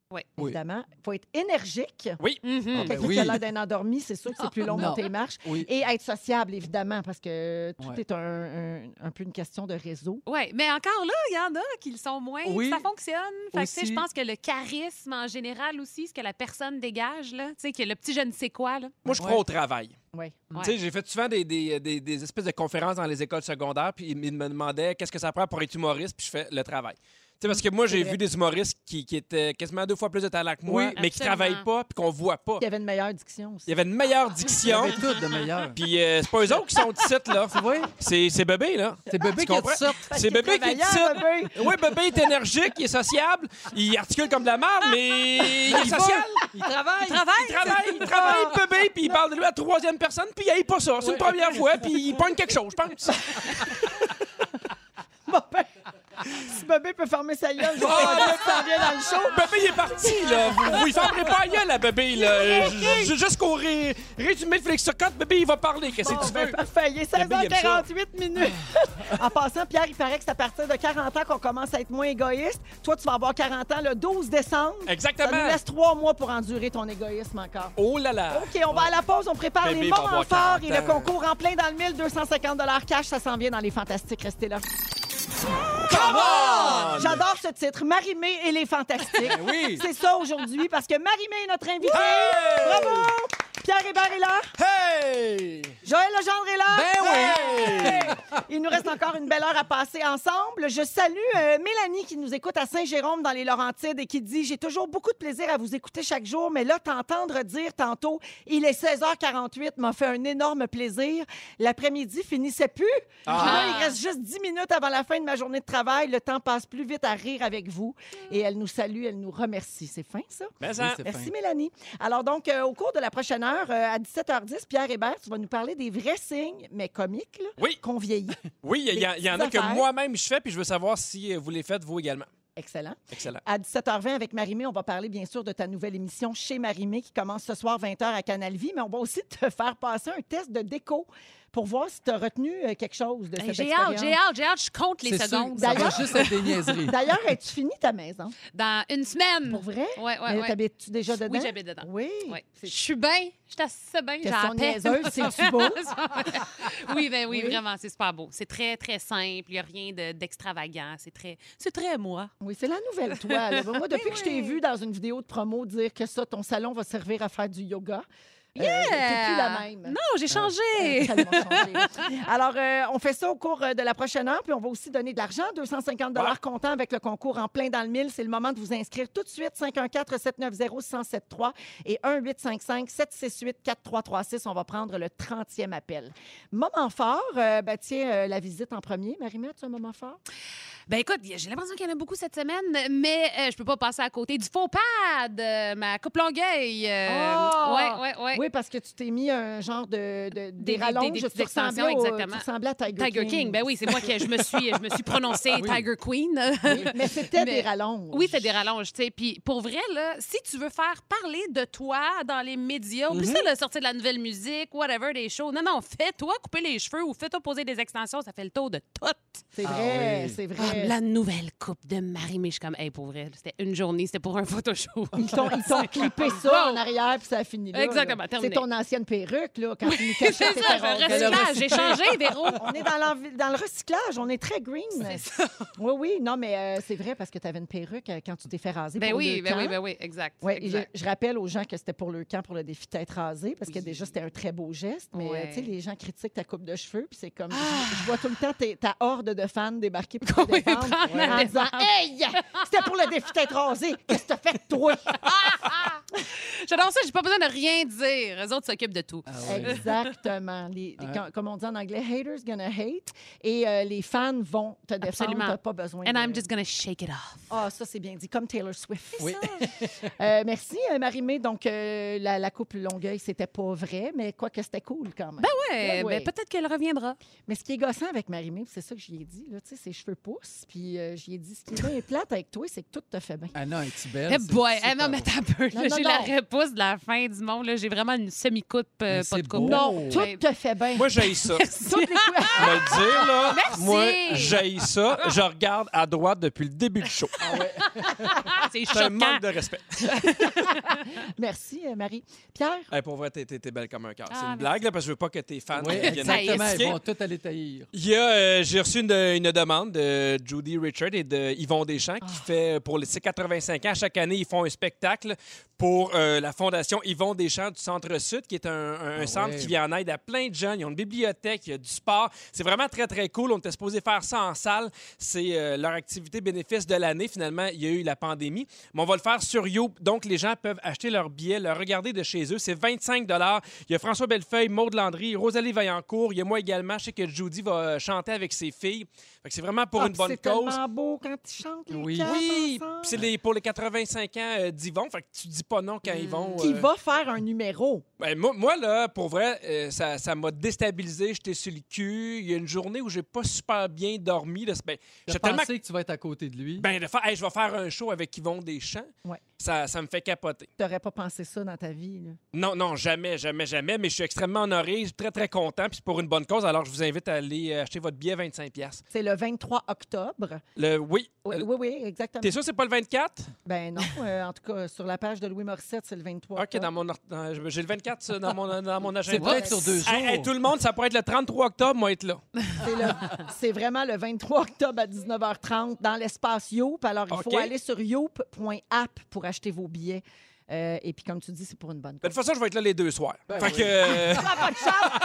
Speaker 3: Oui.
Speaker 1: évidemment. Il faut être énergique.
Speaker 4: Mhm.
Speaker 3: ben
Speaker 1: Quelqu'un
Speaker 3: oui.
Speaker 1: qui a l'air d'un endormi, c'est sûr que c'est plus long de
Speaker 3: Non.
Speaker 1: monter les marches.
Speaker 3: Oui.
Speaker 1: Et être sociable, évidemment, parce que tout
Speaker 3: Ouais.
Speaker 1: est un, un- un peu une question de réseau.
Speaker 4: Oui, mais encore là, il y en a qui le sont moins.
Speaker 3: Oui.
Speaker 4: Ça fonctionne. Fait que, tu sais,
Speaker 3: Aussi.
Speaker 4: je pense que le charisme en général aussi, ce que la personne dégage, là, tu sais, que le petit je ne sais quoi, là.
Speaker 5: moi, je crois
Speaker 3: Ouais.
Speaker 5: au travail.
Speaker 1: Oui.
Speaker 4: Ouais.
Speaker 5: Tu sais, j'ai fait souvent des, des- euh, des- des espèces de conférences dans les écoles secondaires, puis ils me demandaient qu'est-ce que ça prend pour être humoriste, puis je fais le travail. sais, parce que moi, j'ai
Speaker 1: C'est vrai.
Speaker 5: vu des humoristes qui, qui étaient quasiment deux fois plus de talent que moi,
Speaker 3: Mm, Oui,
Speaker 5: mais qui
Speaker 4: absolument.
Speaker 5: travaillent pas puis qu'on voit pas.
Speaker 1: Il y avait une meilleure diction aussi.
Speaker 5: Il y avait une meilleure
Speaker 3: Il y
Speaker 5: diction.
Speaker 3: avait tout de meilleur.
Speaker 5: Puis euh, c'est pas eux autres qui sont ici, là.
Speaker 3: Tu vois?
Speaker 5: C'est c'est bébé, là.
Speaker 3: C'est bébé
Speaker 5: Tu
Speaker 3: qui a
Speaker 5: comprends?
Speaker 3: dit ça.
Speaker 5: C'est bébé qui est ici.
Speaker 1: travaillant, Bébé.
Speaker 5: Oui, bébé est énergique, il est sociable, il articule comme de la merde, mais il est social.
Speaker 3: Il travaille.
Speaker 5: Il travaille, il travaille, il travaille, bébé, puis il parle de lui à la troisième personne, puis il haït pas ça. C'est une première fois, puis il pogne quelque chose, je pense.
Speaker 1: Bon, ben, si bébé peut fermer sa gueule, je vais
Speaker 5: Ah!
Speaker 1: pas dire que ça vient dans le show.
Speaker 5: Bébé, il est parti, là. Vous, vous, il fermerez pas la gueule à bébé, là. J- j- Jusqu'au ré- résumé de Félix Socotte, bébé, il va parler. Qu'est-ce que
Speaker 1: Bon,
Speaker 5: tu
Speaker 1: ben,
Speaker 5: veux?
Speaker 1: parfait. Il est
Speaker 5: Bébé, il aime ça.
Speaker 1: 16h48 minutes. en passant, Pierre, il paraît que c'est à partir de 40 ans qu'on commence à être moins égoïste. Toi, tu vas avoir 40 ans le 12 décembre. Ça nous
Speaker 5: Exactement.
Speaker 1: laisse trois mois pour endurer ton égoïsme encore.
Speaker 5: Oh là là.
Speaker 1: OK, on va à la pause, on prépare
Speaker 5: Bébé
Speaker 1: les
Speaker 5: va
Speaker 1: bons
Speaker 5: avoir
Speaker 1: renforts et
Speaker 5: 40
Speaker 1: le
Speaker 5: ans.
Speaker 1: concours en plein dans le 1250 cash. Ça s'en vient dans les fantastiques. Restez là.
Speaker 5: Ah,
Speaker 1: J'adore ce titre, Marimé et les fantastiques.
Speaker 3: Oui.
Speaker 1: C'est ça aujourd'hui parce que Marimé est notre invitée.
Speaker 5: Ben Hey!
Speaker 1: Bravo! Pierre Hébert est là.
Speaker 5: Hey!
Speaker 1: Joël Legendre est là.
Speaker 3: Ben
Speaker 5: Hey!
Speaker 1: Il nous reste encore une belle heure à passer ensemble. Je salue euh, Mélanie qui nous écoute à Saint-Jérôme dans les Laurentides et qui dit J'ai toujours beaucoup de plaisir à vous écouter chaque jour, mais là, t'entendre dire tantôt Il est 16h48 m'a fait un énorme plaisir. L'après-midi finissait plus. Puis là, il reste juste 10 minutes avant la fin de ma journée de travail. Le temps passe plus vite à rire avec vous. Et elle nous salue, elle nous remercie. C'est fin, ça?
Speaker 5: Mais
Speaker 3: Oui,
Speaker 5: ça.
Speaker 3: c'est fin.
Speaker 1: Merci, Mélanie. Alors, donc, euh, au cours de la prochaine heure, euh, à 17h10, Pierre Hébert, tu vas nous parler des vrais signes, mais comiques, là,
Speaker 5: Oui.
Speaker 1: qu'on vieillit.
Speaker 5: Oui, il y, a- il y en a
Speaker 1: Des petites
Speaker 5: que
Speaker 1: affaires.
Speaker 5: moi-même je fais, puis je veux savoir si vous les faites vous également.
Speaker 1: Excellent.
Speaker 5: Excellent.
Speaker 1: À 17h20, avec Marimé, on va parler, bien sûr, de ta nouvelle émission chez Marimé qui commence ce soir 20h à Canal Vie, mais on va aussi te faire passer un test de déco pour voir si tu as retenu euh, quelque chose de
Speaker 4: Hey,
Speaker 1: cette
Speaker 4: j'ai hâte,
Speaker 1: expérience.
Speaker 4: j'ai hâte, j'ai hâte. Je compte les
Speaker 3: C'est sûr,
Speaker 4: secondes.
Speaker 3: Ça va
Speaker 1: D'ailleurs-
Speaker 3: juste être des niaiseries.
Speaker 1: D'ailleurs, as-tu fini ta maison?
Speaker 4: Dans une semaine.
Speaker 1: Pour vrai?
Speaker 4: Ouais, ouais,
Speaker 1: Mais
Speaker 4: ouais.
Speaker 1: T'habites-tu déjà dedans?
Speaker 4: Oui, j'habite dedans.
Speaker 1: Oui.
Speaker 4: Ouais. Je
Speaker 1: C'est-
Speaker 4: suis bien, je suis assez bien, j'ai
Speaker 1: Question
Speaker 4: la paix.
Speaker 1: niaiseuse, c'est-tu beau?
Speaker 4: oui, ben oui,
Speaker 1: Oui.
Speaker 4: vraiment, c'est super beau. C'est très, très simple, il n'y a rien de- d'extravagant, c'est très, c'est très moi.
Speaker 1: Oui, c'est la nouvelle, toi. là. Moi, depuis que je t'ai vu dans une vidéo de promo dire que ça, ton salon va servir à faire du yoga, euh, t'es plus la même. Euh,
Speaker 4: Non, j'ai changé.
Speaker 1: Tellement changé. Alors, euh, on fait ça au cours euh, de la prochaine heure, puis on va aussi donner de l'argent, 250 dollars comptant avec le concours en plein dans le mille. C'est le moment de vous inscrire tout de suite, 514-790-1073 et 1-855-768-4336. On va prendre le 30e appel. Moment fort, euh, ben, tiens, euh, la visite en premier. Marie-Mère, tu as un moment fort?
Speaker 4: Ben écoute, j'ai l'impression qu'il y en a beaucoup cette semaine, mais euh, je peux pas passer à côté du faux pad, euh, ma coupe longueuil. euh,
Speaker 1: Ah!
Speaker 4: ouais, ouais, ouais.
Speaker 1: Oui, parce que tu t'es mis un genre de, de-
Speaker 4: Des-
Speaker 1: des
Speaker 4: des-
Speaker 1: rallonges.
Speaker 4: des
Speaker 1: tu,
Speaker 4: petites
Speaker 1: ressemblais
Speaker 4: extensions,
Speaker 1: au- tu
Speaker 4: exactement.
Speaker 1: ressemblais à Tiger,
Speaker 4: Tiger King. ben oui, c'est moi qui je me suis, je me suis prononcée Tiger Queen.
Speaker 1: Mais c'était
Speaker 4: Mais-
Speaker 1: des rallonges.
Speaker 4: Oui, c'est des rallonges, tu sais. Puis pour vrai, là, si tu veux faire parler de toi dans les médias, oublie ça, là, sortir de la nouvelle musique, whatever, des shows. Non, non, fais-toi couper les cheveux ou fais-toi poser des extensions, ça fait le tour de tout.
Speaker 1: C'est
Speaker 3: Ah
Speaker 1: vrai,
Speaker 3: oui.
Speaker 1: c'est vrai.
Speaker 4: Comme la nouvelle coupe de Marie-Mé, je suis comme, hey, pour vrai, c'était une journée, c'était pour un photoshow.
Speaker 1: Ils t'ont, ils t'ont clippé ça en arrière, puis ça a fini là.
Speaker 4: Exactement,
Speaker 1: là.
Speaker 4: terminé.
Speaker 1: C'est ton ancienne perruque, là, quand tu nous cachais
Speaker 4: C'est
Speaker 1: tes
Speaker 4: ça,
Speaker 1: perruques.
Speaker 4: le recyclage, j'ai changé, Véro.
Speaker 1: On est dans, l'envi- dans le recyclage, on est très green. Oui, oui, non, mais euh, c'est vrai, parce que tu avais une perruque euh, quand tu t'es fait raser
Speaker 4: Ben
Speaker 1: pour
Speaker 4: oui,
Speaker 1: le
Speaker 4: ben
Speaker 1: camp.
Speaker 4: oui, ben oui, exact.
Speaker 1: Ouais, et je,
Speaker 4: exact.
Speaker 1: je rappelle aux gens que c'était pour le camp, pour le défi de tête rasé, parce que
Speaker 4: Oui.
Speaker 1: déjà, c'était un très beau geste. Mais
Speaker 4: Ouais. Ah!
Speaker 1: euh, tu sais, les gens critiquent ta coupe de cheveux, puis c'est comme. Je, je vois tout le temps tes- ta horde de fans débarquer pour te défendre
Speaker 4: prendre la
Speaker 1: en disant Hey, c'était pour le défi de tête rasée, qu'est-ce que t'as fait, toi?
Speaker 4: J'adore ça, j'ai pas besoin de rien dire. Les autres s'occupent de tout.
Speaker 3: Ah ouais.
Speaker 1: Exactement. Les- les-
Speaker 3: Ouais.
Speaker 1: com- Comme on dit en anglais, haters gonna hate. Et euh, les fans vont te défendre.
Speaker 4: Absolument.
Speaker 1: T'as pas besoin.
Speaker 4: And
Speaker 1: de-
Speaker 4: I'm just gonna shake it off.
Speaker 1: Ah, ça, c'est bien dit. Comme Taylor Swift.
Speaker 3: Oui.
Speaker 1: Euh, merci, euh, Marie-Mé. Donc, euh, la, la coupe Longueuil, c'était pas vrai, mais quoi que c'était cool quand même.
Speaker 4: Ouais,
Speaker 1: Ben oui.
Speaker 4: ben peut-être qu'elle reviendra.
Speaker 1: Mais ce qui est gossant avec Marie-Mé, puis c'est ça que j'y ai dit, là, tu sais, ses cheveux poussent. Puis euh, j'y ai dit, ce qui est bien plate avec toi, c'est que tout te fait bien.
Speaker 3: Anna est belle.
Speaker 4: Eh
Speaker 3: c'est
Speaker 4: boy, eh
Speaker 3: super
Speaker 4: non, mais
Speaker 3: beau.
Speaker 4: t'as un peu.
Speaker 1: Non,
Speaker 4: là,
Speaker 1: non,
Speaker 4: J'ai la
Speaker 1: non.
Speaker 4: repousse de la fin du monde. là. J'ai vraiment une semi-coupe,
Speaker 3: Mais
Speaker 4: euh, pas
Speaker 3: c'est
Speaker 4: de
Speaker 3: beau.
Speaker 4: coupe.
Speaker 1: Non, tout
Speaker 4: Ouais.
Speaker 1: te fait bien.
Speaker 5: Moi, j'ai ça.
Speaker 1: Toutes les cou-
Speaker 5: Je vais le dire, là.
Speaker 4: Ah, Merci.
Speaker 5: Moi, j'ai ça. Je regarde à droite depuis le début du show.
Speaker 4: Ah, c'est
Speaker 5: C'est un
Speaker 4: choquant.
Speaker 5: manque de respect.
Speaker 1: Merci, euh, Marie. Pierre,
Speaker 5: Hey, pour vrai, t'es- t'es t'es belle comme un cœur.
Speaker 4: Ah,
Speaker 5: C'est une
Speaker 4: merci.
Speaker 5: blague, là, parce que je veux pas que tes fans
Speaker 3: Oui,
Speaker 5: viennent
Speaker 3: exactement.
Speaker 5: me
Speaker 3: Ils
Speaker 5: critiquer.
Speaker 3: vont tout aller taillir.
Speaker 5: Il y a, euh, j'ai reçu une, une demande de Judy Richard et de Yvon Deschamps qui fait pour les ses 85 ans chaque année ils font un spectacle pour pour euh, la Fondation Yvon Deschamps du Centre-Sud, qui est un, un centre qui vient en aide à plein de jeunes. Ils ont une bibliothèque, il y a du sport. C'est vraiment très, très cool. On était supposé faire ça en salle. C'est euh, leur activité bénéfice de l'année. Finalement, il y a eu la pandémie. Mais on va le faire sur You. Donc, les gens peuvent acheter leur billet, le regarder de chez eux. C'est 25 Il y a François Bellefeuille, Maude Landry, Rosalie Vaillancourt. Il y a moi également. Je sais que Judy va euh, chanter avec ses filles. Fait que c'est vraiment pour
Speaker 1: Ah,
Speaker 5: une
Speaker 1: puis
Speaker 5: bonne
Speaker 1: c'est
Speaker 5: cause.
Speaker 1: tellement beau quand ils chantent, les
Speaker 3: Oui.
Speaker 1: quatre
Speaker 5: Oui,
Speaker 1: ensemble.
Speaker 5: puis c'est les- pour les 85 ans euh, d'Yvon. Fait que tu dis pas non quand ils vont.
Speaker 1: Mm. Qui
Speaker 5: euh,
Speaker 1: va faire un numéro.
Speaker 5: ben, moi, moi, là, pour vrai, euh, ça ça m'a déstabilisé. J'étais sur le cul. Il y a une journée où j'ai pas super bien dormi. là. C'est- Ben,
Speaker 3: Je
Speaker 5: j'étais tellement.
Speaker 3: que tu vas être à côté de lui.
Speaker 5: Ben, de faire, Hey, je vais faire un show avec Yvon Deschamps.
Speaker 1: Ouais.
Speaker 5: Ça, ça me fait capoter.
Speaker 1: T'aurais pas pensé ça dans ta vie. là.
Speaker 5: Non, non, jamais, jamais, jamais. Mais je suis extrêmement honoré, je suis très, très content. Puis c'est pour une bonne cause. Alors, je vous invite à aller euh, acheter votre billet 25$.
Speaker 1: C'est le 23 octobre.
Speaker 5: Le, oui.
Speaker 1: Oui,
Speaker 5: Euh,
Speaker 1: oui, oui, exactement.
Speaker 5: T'es sûr que c'est pas le 24?
Speaker 1: Ben non, euh, en tout cas, sur la page de Louis Morissette, c'est le 23
Speaker 5: OK, dans mon, or- dans- j'ai le 24 ça, dans mon, dans mon agenda.
Speaker 3: C'est peut-être sur deux jours.
Speaker 5: Hey, hey, tout le monde, ça pourrait être le 33 octobre, moi, être là.
Speaker 1: C'est le- C'est vraiment le 23 octobre à 19h30 dans l'espace Youp. Alors, il
Speaker 5: OK.
Speaker 1: faut aller sur youp.app pour acheter vos billets. Euh, et puis, comme tu dis, c'est pour une bonne
Speaker 5: De
Speaker 1: cause.
Speaker 5: toute façon, je vais être là les deux soirs.
Speaker 3: Ben
Speaker 5: fait
Speaker 3: oui.
Speaker 5: que, euh,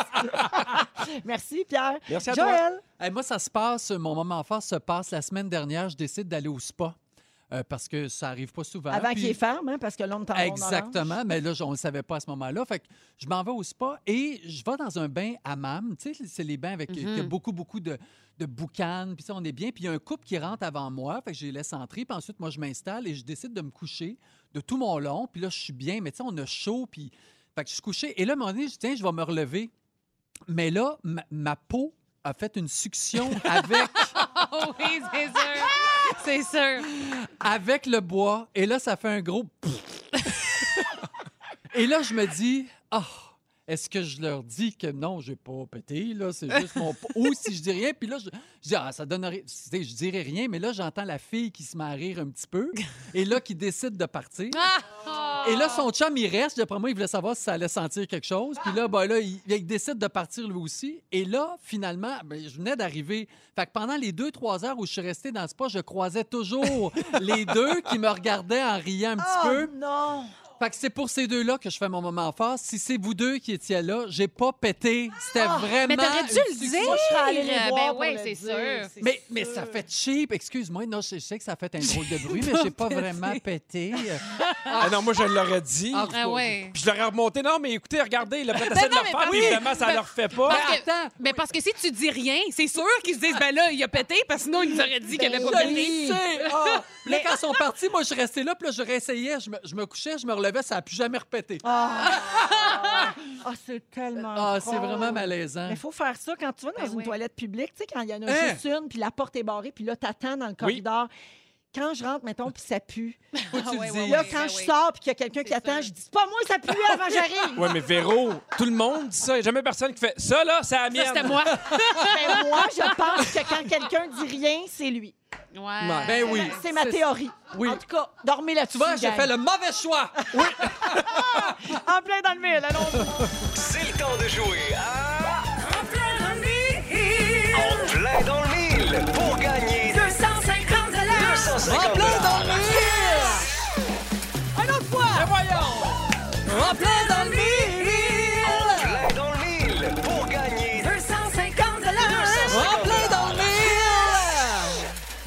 Speaker 1: Merci, Pierre.
Speaker 5: Merci à toi.
Speaker 1: Joël,
Speaker 3: Hey, moi, ça se passe, mon moment fort se passe la semaine dernière. Je décide d'aller au spa euh, parce que ça arrive pas souvent.
Speaker 1: avant
Speaker 3: Puis-
Speaker 1: qu'il est ferme, hein, parce que l'homme t'en
Speaker 3: Exactement, mais là, je- on ne le savait pas à ce moment-là. Fait que je m'en vais au spa et je vais dans un bain hammam. Tu sais, c'est les bains avec il y a
Speaker 4: Mhm.
Speaker 3: beaucoup, beaucoup de, de boucanes. Puis ça, on est bien. Puis il y a un couple qui rentre avant moi. Fait que je les laisse entrer. Puis ensuite, moi, je m'installe et je décide de me coucher de tout mon long. Puis là, je suis bien. Mais tu sais, on a chaud. Puis fait que je suis couché. Et là, à un moment donné, je dis, tiens, je vais me relever. Mais là, ma, ma peau a fait une succion avec,
Speaker 4: Oh oui, c'est sûr. C'est sûr.
Speaker 3: avec le bois. Et là, ça fait un gros... Et là, je me dis, ah, est-ce que je leur dis que non, j'ai pas pété, là, c'est juste mon. Ou si je dis rien, puis là, je, je dis, ah, ça donnerait. Je dirais rien, mais là, j'entends la fille qui se met à rire un petit peu, et là, qui décide de partir.
Speaker 4: Ah!
Speaker 3: Et là, son chum, il reste. D'après moi, il voulait savoir si ça allait sentir quelque chose. Puis là, ben là il, il décide de partir lui aussi. Et là, finalement, ben, je venais d'arriver. Fait que pendant les deux, trois heures où je suis resté dans le spa, je croisais toujours les deux qui me regardaient en riant un petit
Speaker 4: Ah.
Speaker 3: peu.
Speaker 1: Oh non!
Speaker 3: Fait que c'est pour ces deux-là que je fais mon moment fort. Si c'est vous deux qui étiez là, j'ai pas pété. C'était vraiment.
Speaker 4: Ah. mais t'aurais dû
Speaker 3: une
Speaker 4: le
Speaker 3: success-
Speaker 4: dire.
Speaker 1: Moi, je serais allée les
Speaker 4: Ben
Speaker 1: voir pour
Speaker 4: ouais,
Speaker 1: le
Speaker 4: c'est
Speaker 1: dire,
Speaker 4: sûr.
Speaker 1: c'est
Speaker 3: Mais, mais ça fait cheap. Excuse-moi. Non, je je sais que ça fait un drôle de bruit, mais j'ai pas vraiment pété.
Speaker 5: ah non, moi, je l'aurais dit.
Speaker 3: Ah,
Speaker 4: Ah ouais.
Speaker 5: Puis je l'aurais remonté. Non, mais écoutez, regardez, il a peut-être
Speaker 4: Ben
Speaker 5: essayé de
Speaker 4: non,
Speaker 5: le
Speaker 4: mais
Speaker 5: faire,
Speaker 4: parce-
Speaker 5: mais
Speaker 4: oui.
Speaker 5: évidemment, ça
Speaker 4: Ben-
Speaker 5: leur fait pas.
Speaker 4: Parce que-
Speaker 3: Attends.
Speaker 4: Mais parce que si tu dis rien, c'est sûr qu'ils se disent, ben là, il a pété, parce que sinon, il nous aurait dit qu'il avait pas
Speaker 3: Je le
Speaker 4: pété.
Speaker 3: sais. Ah. Puis Là, quand ils sont partis, moi, je restais là, puis là, je réessayais, je me, je me couchais, je me relevais, ça n'a plus jamais répété.
Speaker 1: Oh Ah, Ah, c'est tellement.
Speaker 3: Ah, c'est
Speaker 1: drôle.
Speaker 3: vraiment malaisant.
Speaker 1: Mais il faut faire ça quand tu vas dans
Speaker 4: Ben
Speaker 1: une
Speaker 4: oui.
Speaker 1: toilette publique, tu sais, quand il y en a
Speaker 3: Hein?
Speaker 1: juste une, puis la porte est barrée, puis là, t'attends dans le corridor. Quand je rentre, mettons, puis ça pue.
Speaker 3: Faut que tu
Speaker 4: ouais,
Speaker 3: le
Speaker 4: ouais,
Speaker 3: dises.
Speaker 1: là,
Speaker 4: oui,
Speaker 1: quand
Speaker 4: ben
Speaker 1: je
Speaker 4: oui.
Speaker 1: sors, puis qu'il y a quelqu'un qui
Speaker 4: C'est
Speaker 1: attend,
Speaker 4: sûr.
Speaker 1: je dis, c'est pas moi, ça pue avant que j'arrive.
Speaker 5: Ouais, mais Véro, tout le monde dit ça. Il n'y a jamais personne qui fait ça, là, c'est la
Speaker 4: Ça,
Speaker 5: mienne.
Speaker 4: c'était moi.
Speaker 1: Ben, moi, je pense que quand quelqu'un dit rien, c'est lui.
Speaker 4: Ouais.
Speaker 3: Ben oui.
Speaker 1: C'est ma théorie.
Speaker 3: Oui.
Speaker 1: En tout cas, dormez là-dessus.
Speaker 3: Tu vois, j'ai
Speaker 1: gang.
Speaker 3: fait le mauvais choix.
Speaker 1: En plein dans le mille, allons-y.
Speaker 8: C'est le temps de jouer à... En plein dans le mille! Pour gagner 250
Speaker 3: En plein dans le mille! Une autre fois! Mais voyons! En plein dans le mille!
Speaker 8: En plein dans le mille! Pour gagner...
Speaker 3: En plein dans le mille!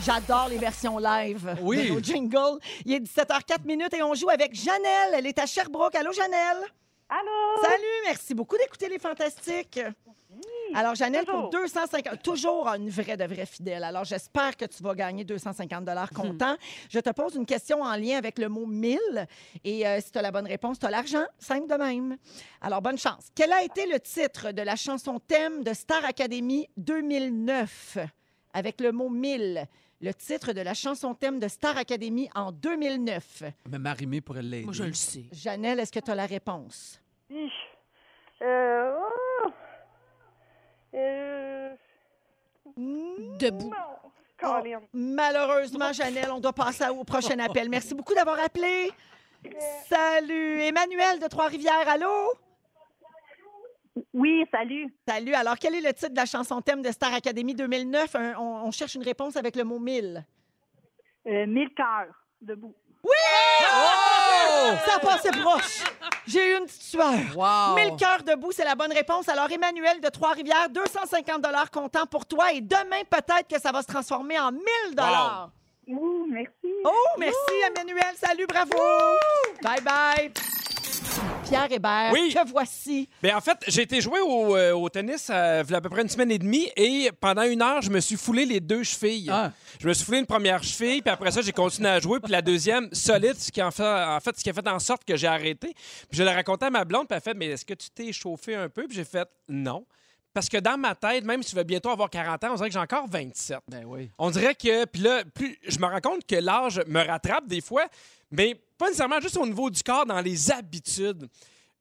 Speaker 1: J'adore les versions live
Speaker 3: Oui.
Speaker 1: de nos jingles. Il est 17h04 minutes et on joue avec Janelle. Elle est à Sherbrooke. Allô, Janelle?
Speaker 9: Allô?
Speaker 1: Salut, merci beaucoup d'écouter les fantastiques. Alors, Janelle, pour 250, toujours une vraie de vraie fidèle. Alors, j'espère que tu vas gagner 250 dollars comptant. Je te pose une question en lien avec le mot 1000. Et euh, si tu as la bonne réponse, tu as l'argent. Simple de même. Alors, bonne chance. Quel a été le titre de la chanson thème de Star Academy 2009 avec le mot 1000? Le titre de la chanson thème de Star Academy en 2009.
Speaker 3: Mais Marimé pourrait l'aider.
Speaker 4: Moi, je le sais.
Speaker 1: Janelle, est-ce que tu as la réponse?
Speaker 9: Hi. Euh, oh. Euh,
Speaker 4: Debout.
Speaker 9: non. Colin.
Speaker 1: Oh, Malheureusement, Janelle, on doit passer au prochain appel. Merci beaucoup d'avoir appelé. Salut. Emmanuel de Trois-Rivières, allô?
Speaker 9: Oui, salut.
Speaker 1: Salut. Alors, quel est le titre de la chanson thème de Star Academy 2009? Un- on, on cherche une réponse avec le mot 1000.
Speaker 9: Euh, mille cœurs debout.
Speaker 3: Oh!
Speaker 1: Ça passait proche. J'ai eu une petite sueur.
Speaker 3: Wow!
Speaker 1: 1000 cœurs debout, c'est la bonne réponse. Alors, Emmanuel de Trois-Rivières, 250 comptant pour toi. Et demain, peut-être que ça va se transformer en 1000 dollars.
Speaker 9: Ouh, merci.
Speaker 1: Oh, merci, Emmanuel. Salut, bravo. Bye bye. Pierre Hébert,
Speaker 5: Oui.
Speaker 1: que voici.
Speaker 5: Mais Ben, en fait, j'ai été jouer au, euh, au tennis euh, il y a à peu près une semaine et demie et pendant une heure, je me suis foulé les deux chevilles.
Speaker 3: Ah.
Speaker 5: Je me suis foulé une première cheville, puis après ça, j'ai continué à jouer, puis la deuxième, solide, ce qui en fait, en fait, ce qui a fait en sorte que j'ai arrêté. Puis je l'ai raconté à ma blonde, puis elle a fait Mais est-ce que tu t'es chauffé un peu Puis j'ai fait Non. Parce que dans ma tête, même si tu vas bientôt avoir 40 ans, on dirait que j'ai encore 27.
Speaker 3: Ben oui.
Speaker 5: On dirait que, puis là, plus je me rends compte que l'âge me rattrape des fois, mais pas nécessairement juste au niveau du corps, dans les habitudes.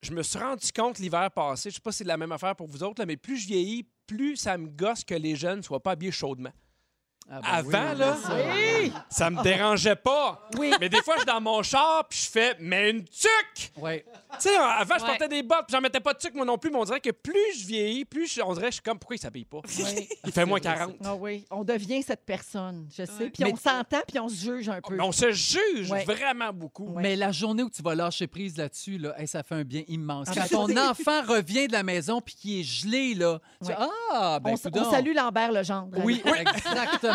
Speaker 5: Je me suis rendu compte l'hiver passé, je sais pas si c'est la même affaire pour vous autres, là, mais plus je vieillis, plus ça me gosse que les jeunes soient pas habillés chaudement.
Speaker 3: Ah, ben oui,
Speaker 5: Avant,
Speaker 3: on
Speaker 5: là,
Speaker 3: a ça.
Speaker 5: ça me dérangeait pas.
Speaker 1: Ah. Oui.
Speaker 5: Mais des fois, je suis dans mon char, puis je fais, mais une tuque!
Speaker 3: Ouais.
Speaker 5: Tu sais, avant, je
Speaker 4: Ouais.
Speaker 5: portais des bottes, puis j'en mettais pas de tuque, moi non plus, mais on dirait que plus je vieillis, plus je- on dirait que je suis comme, pourquoi il s'habille pas? Il fait moins 40.
Speaker 1: Ah oui, on devient cette personne, je sais. Puis
Speaker 3: Mais-
Speaker 1: on s'entend, puis on se juge un peu.
Speaker 5: Mais on se juge
Speaker 1: Ouais.
Speaker 5: vraiment beaucoup.
Speaker 3: Mais la journée où tu vas lâcher prise là-dessus, là, hey, ça fait un bien
Speaker 1: Ah,
Speaker 3: immense.
Speaker 1: ben,
Speaker 3: Quand ton enfant revient de la maison puis qu'il est gelé, là, tu
Speaker 1: Ouais.
Speaker 3: dis, Ah, ben
Speaker 1: On s- on
Speaker 3: coudonc.
Speaker 1: salue Lambert Legendre.
Speaker 3: Oui, exactement.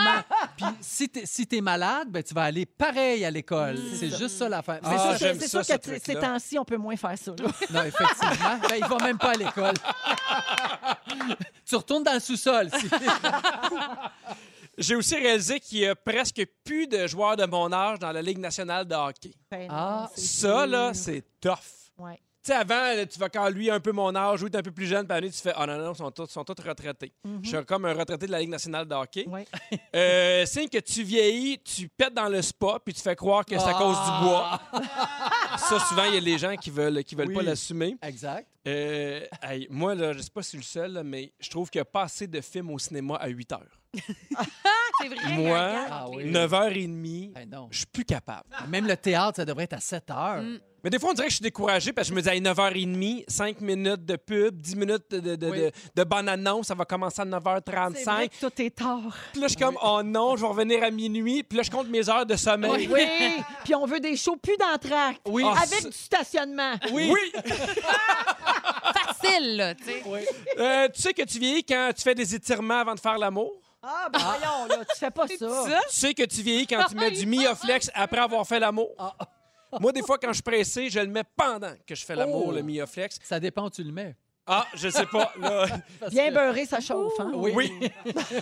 Speaker 3: Puis si t'es si t'es malade, ben, tu vas aller pareil à l'école. Mm. C'est juste ça l'affaire. Mais
Speaker 5: Ah,
Speaker 3: ça,
Speaker 1: C'est-
Speaker 5: j'aime
Speaker 1: c'est
Speaker 5: ça,
Speaker 1: sûr
Speaker 5: ce
Speaker 1: que t-
Speaker 5: truc-là.
Speaker 1: ces temps-ci, on peut moins faire ça. là.
Speaker 3: Non, effectivement. Ben, il va même pas à l'école. tu retournes dans le sous-sol. si-
Speaker 5: J'ai aussi réalisé qu'il y a presque plus de joueurs de mon âge dans la Ligue nationale de hockey.
Speaker 1: Ben non,
Speaker 3: Ah,
Speaker 1: c'est
Speaker 5: Ça,
Speaker 1: sûr.
Speaker 5: là, c'est tough.
Speaker 1: Ouais.
Speaker 5: Tu sais, avant, là, tu vas quand lui un peu mon âge, lui, t'es un peu plus jeune, puis à lui, tu fais Ah non, non, non, ils sont tous, ils sont tous retraités.
Speaker 3: Mhm.
Speaker 5: Je suis comme un retraité de la Ligue nationale de hockey.
Speaker 1: Ouais.
Speaker 5: Euh, signe que tu vieillis, tu pètes dans le spa, puis tu fais croire que c'est à cause du bois. Ça, souvent, il y a les gens qui veulent, qui veulent
Speaker 3: Ah! Oui.
Speaker 5: pas l'assumer.
Speaker 3: Exact.
Speaker 5: Euh, hey, moi, là, je sais pas si je suis le seul, là, mais je trouve qu'il y a pas assez de films au cinéma à 8 heures.
Speaker 4: C'est vrai, il y a un
Speaker 5: Moi,
Speaker 4: gap
Speaker 3: ah
Speaker 4: entre
Speaker 3: oui.
Speaker 4: les deux.
Speaker 5: 9h30,
Speaker 3: Ben non.
Speaker 5: je suis plus capable.
Speaker 3: Même le théâtre, ça devrait être à 7 heures.
Speaker 4: Mm.
Speaker 5: Mais des fois, on dirait que je suis découragé parce que je me dis, Hey, 9h30, 5 minutes de pub, 10 minutes de, de, de-
Speaker 3: Oui.
Speaker 5: de- de bonne annonce, ça va commencer à
Speaker 1: C'est vrai
Speaker 5: 9h35.
Speaker 1: que tout est tard.
Speaker 5: Puis là, je suis comme, oh non, je vais revenir à minuit. Puis là, je compte mes heures de sommeil.
Speaker 1: Oui, puis on veut des shows plus d'entracte,
Speaker 5: Oui. Ah,
Speaker 1: avec
Speaker 5: ça-
Speaker 1: du stationnement.
Speaker 5: Oui!
Speaker 4: Facile, là, tu sais.
Speaker 5: Euh, tu sais que tu vieillis quand tu fais des étirements avant de faire l'amour.
Speaker 1: Ah, ben voyons, là, tu fais pas ça.
Speaker 4: Ça,
Speaker 5: Tu sais que tu vieillis quand tu mets du Mioflex après avoir fait l'amour. Moi, des fois, quand je suis pressé, je le mets pendant que je fais l'amour,
Speaker 3: Oh.
Speaker 5: le Mioflex.
Speaker 3: Ça dépend où tu le mets.
Speaker 5: Ah, je sais pas. là.
Speaker 3: Parce
Speaker 1: Bien
Speaker 3: que-
Speaker 1: beurré, ça chauffe. hein?
Speaker 3: Oui.
Speaker 5: Oui.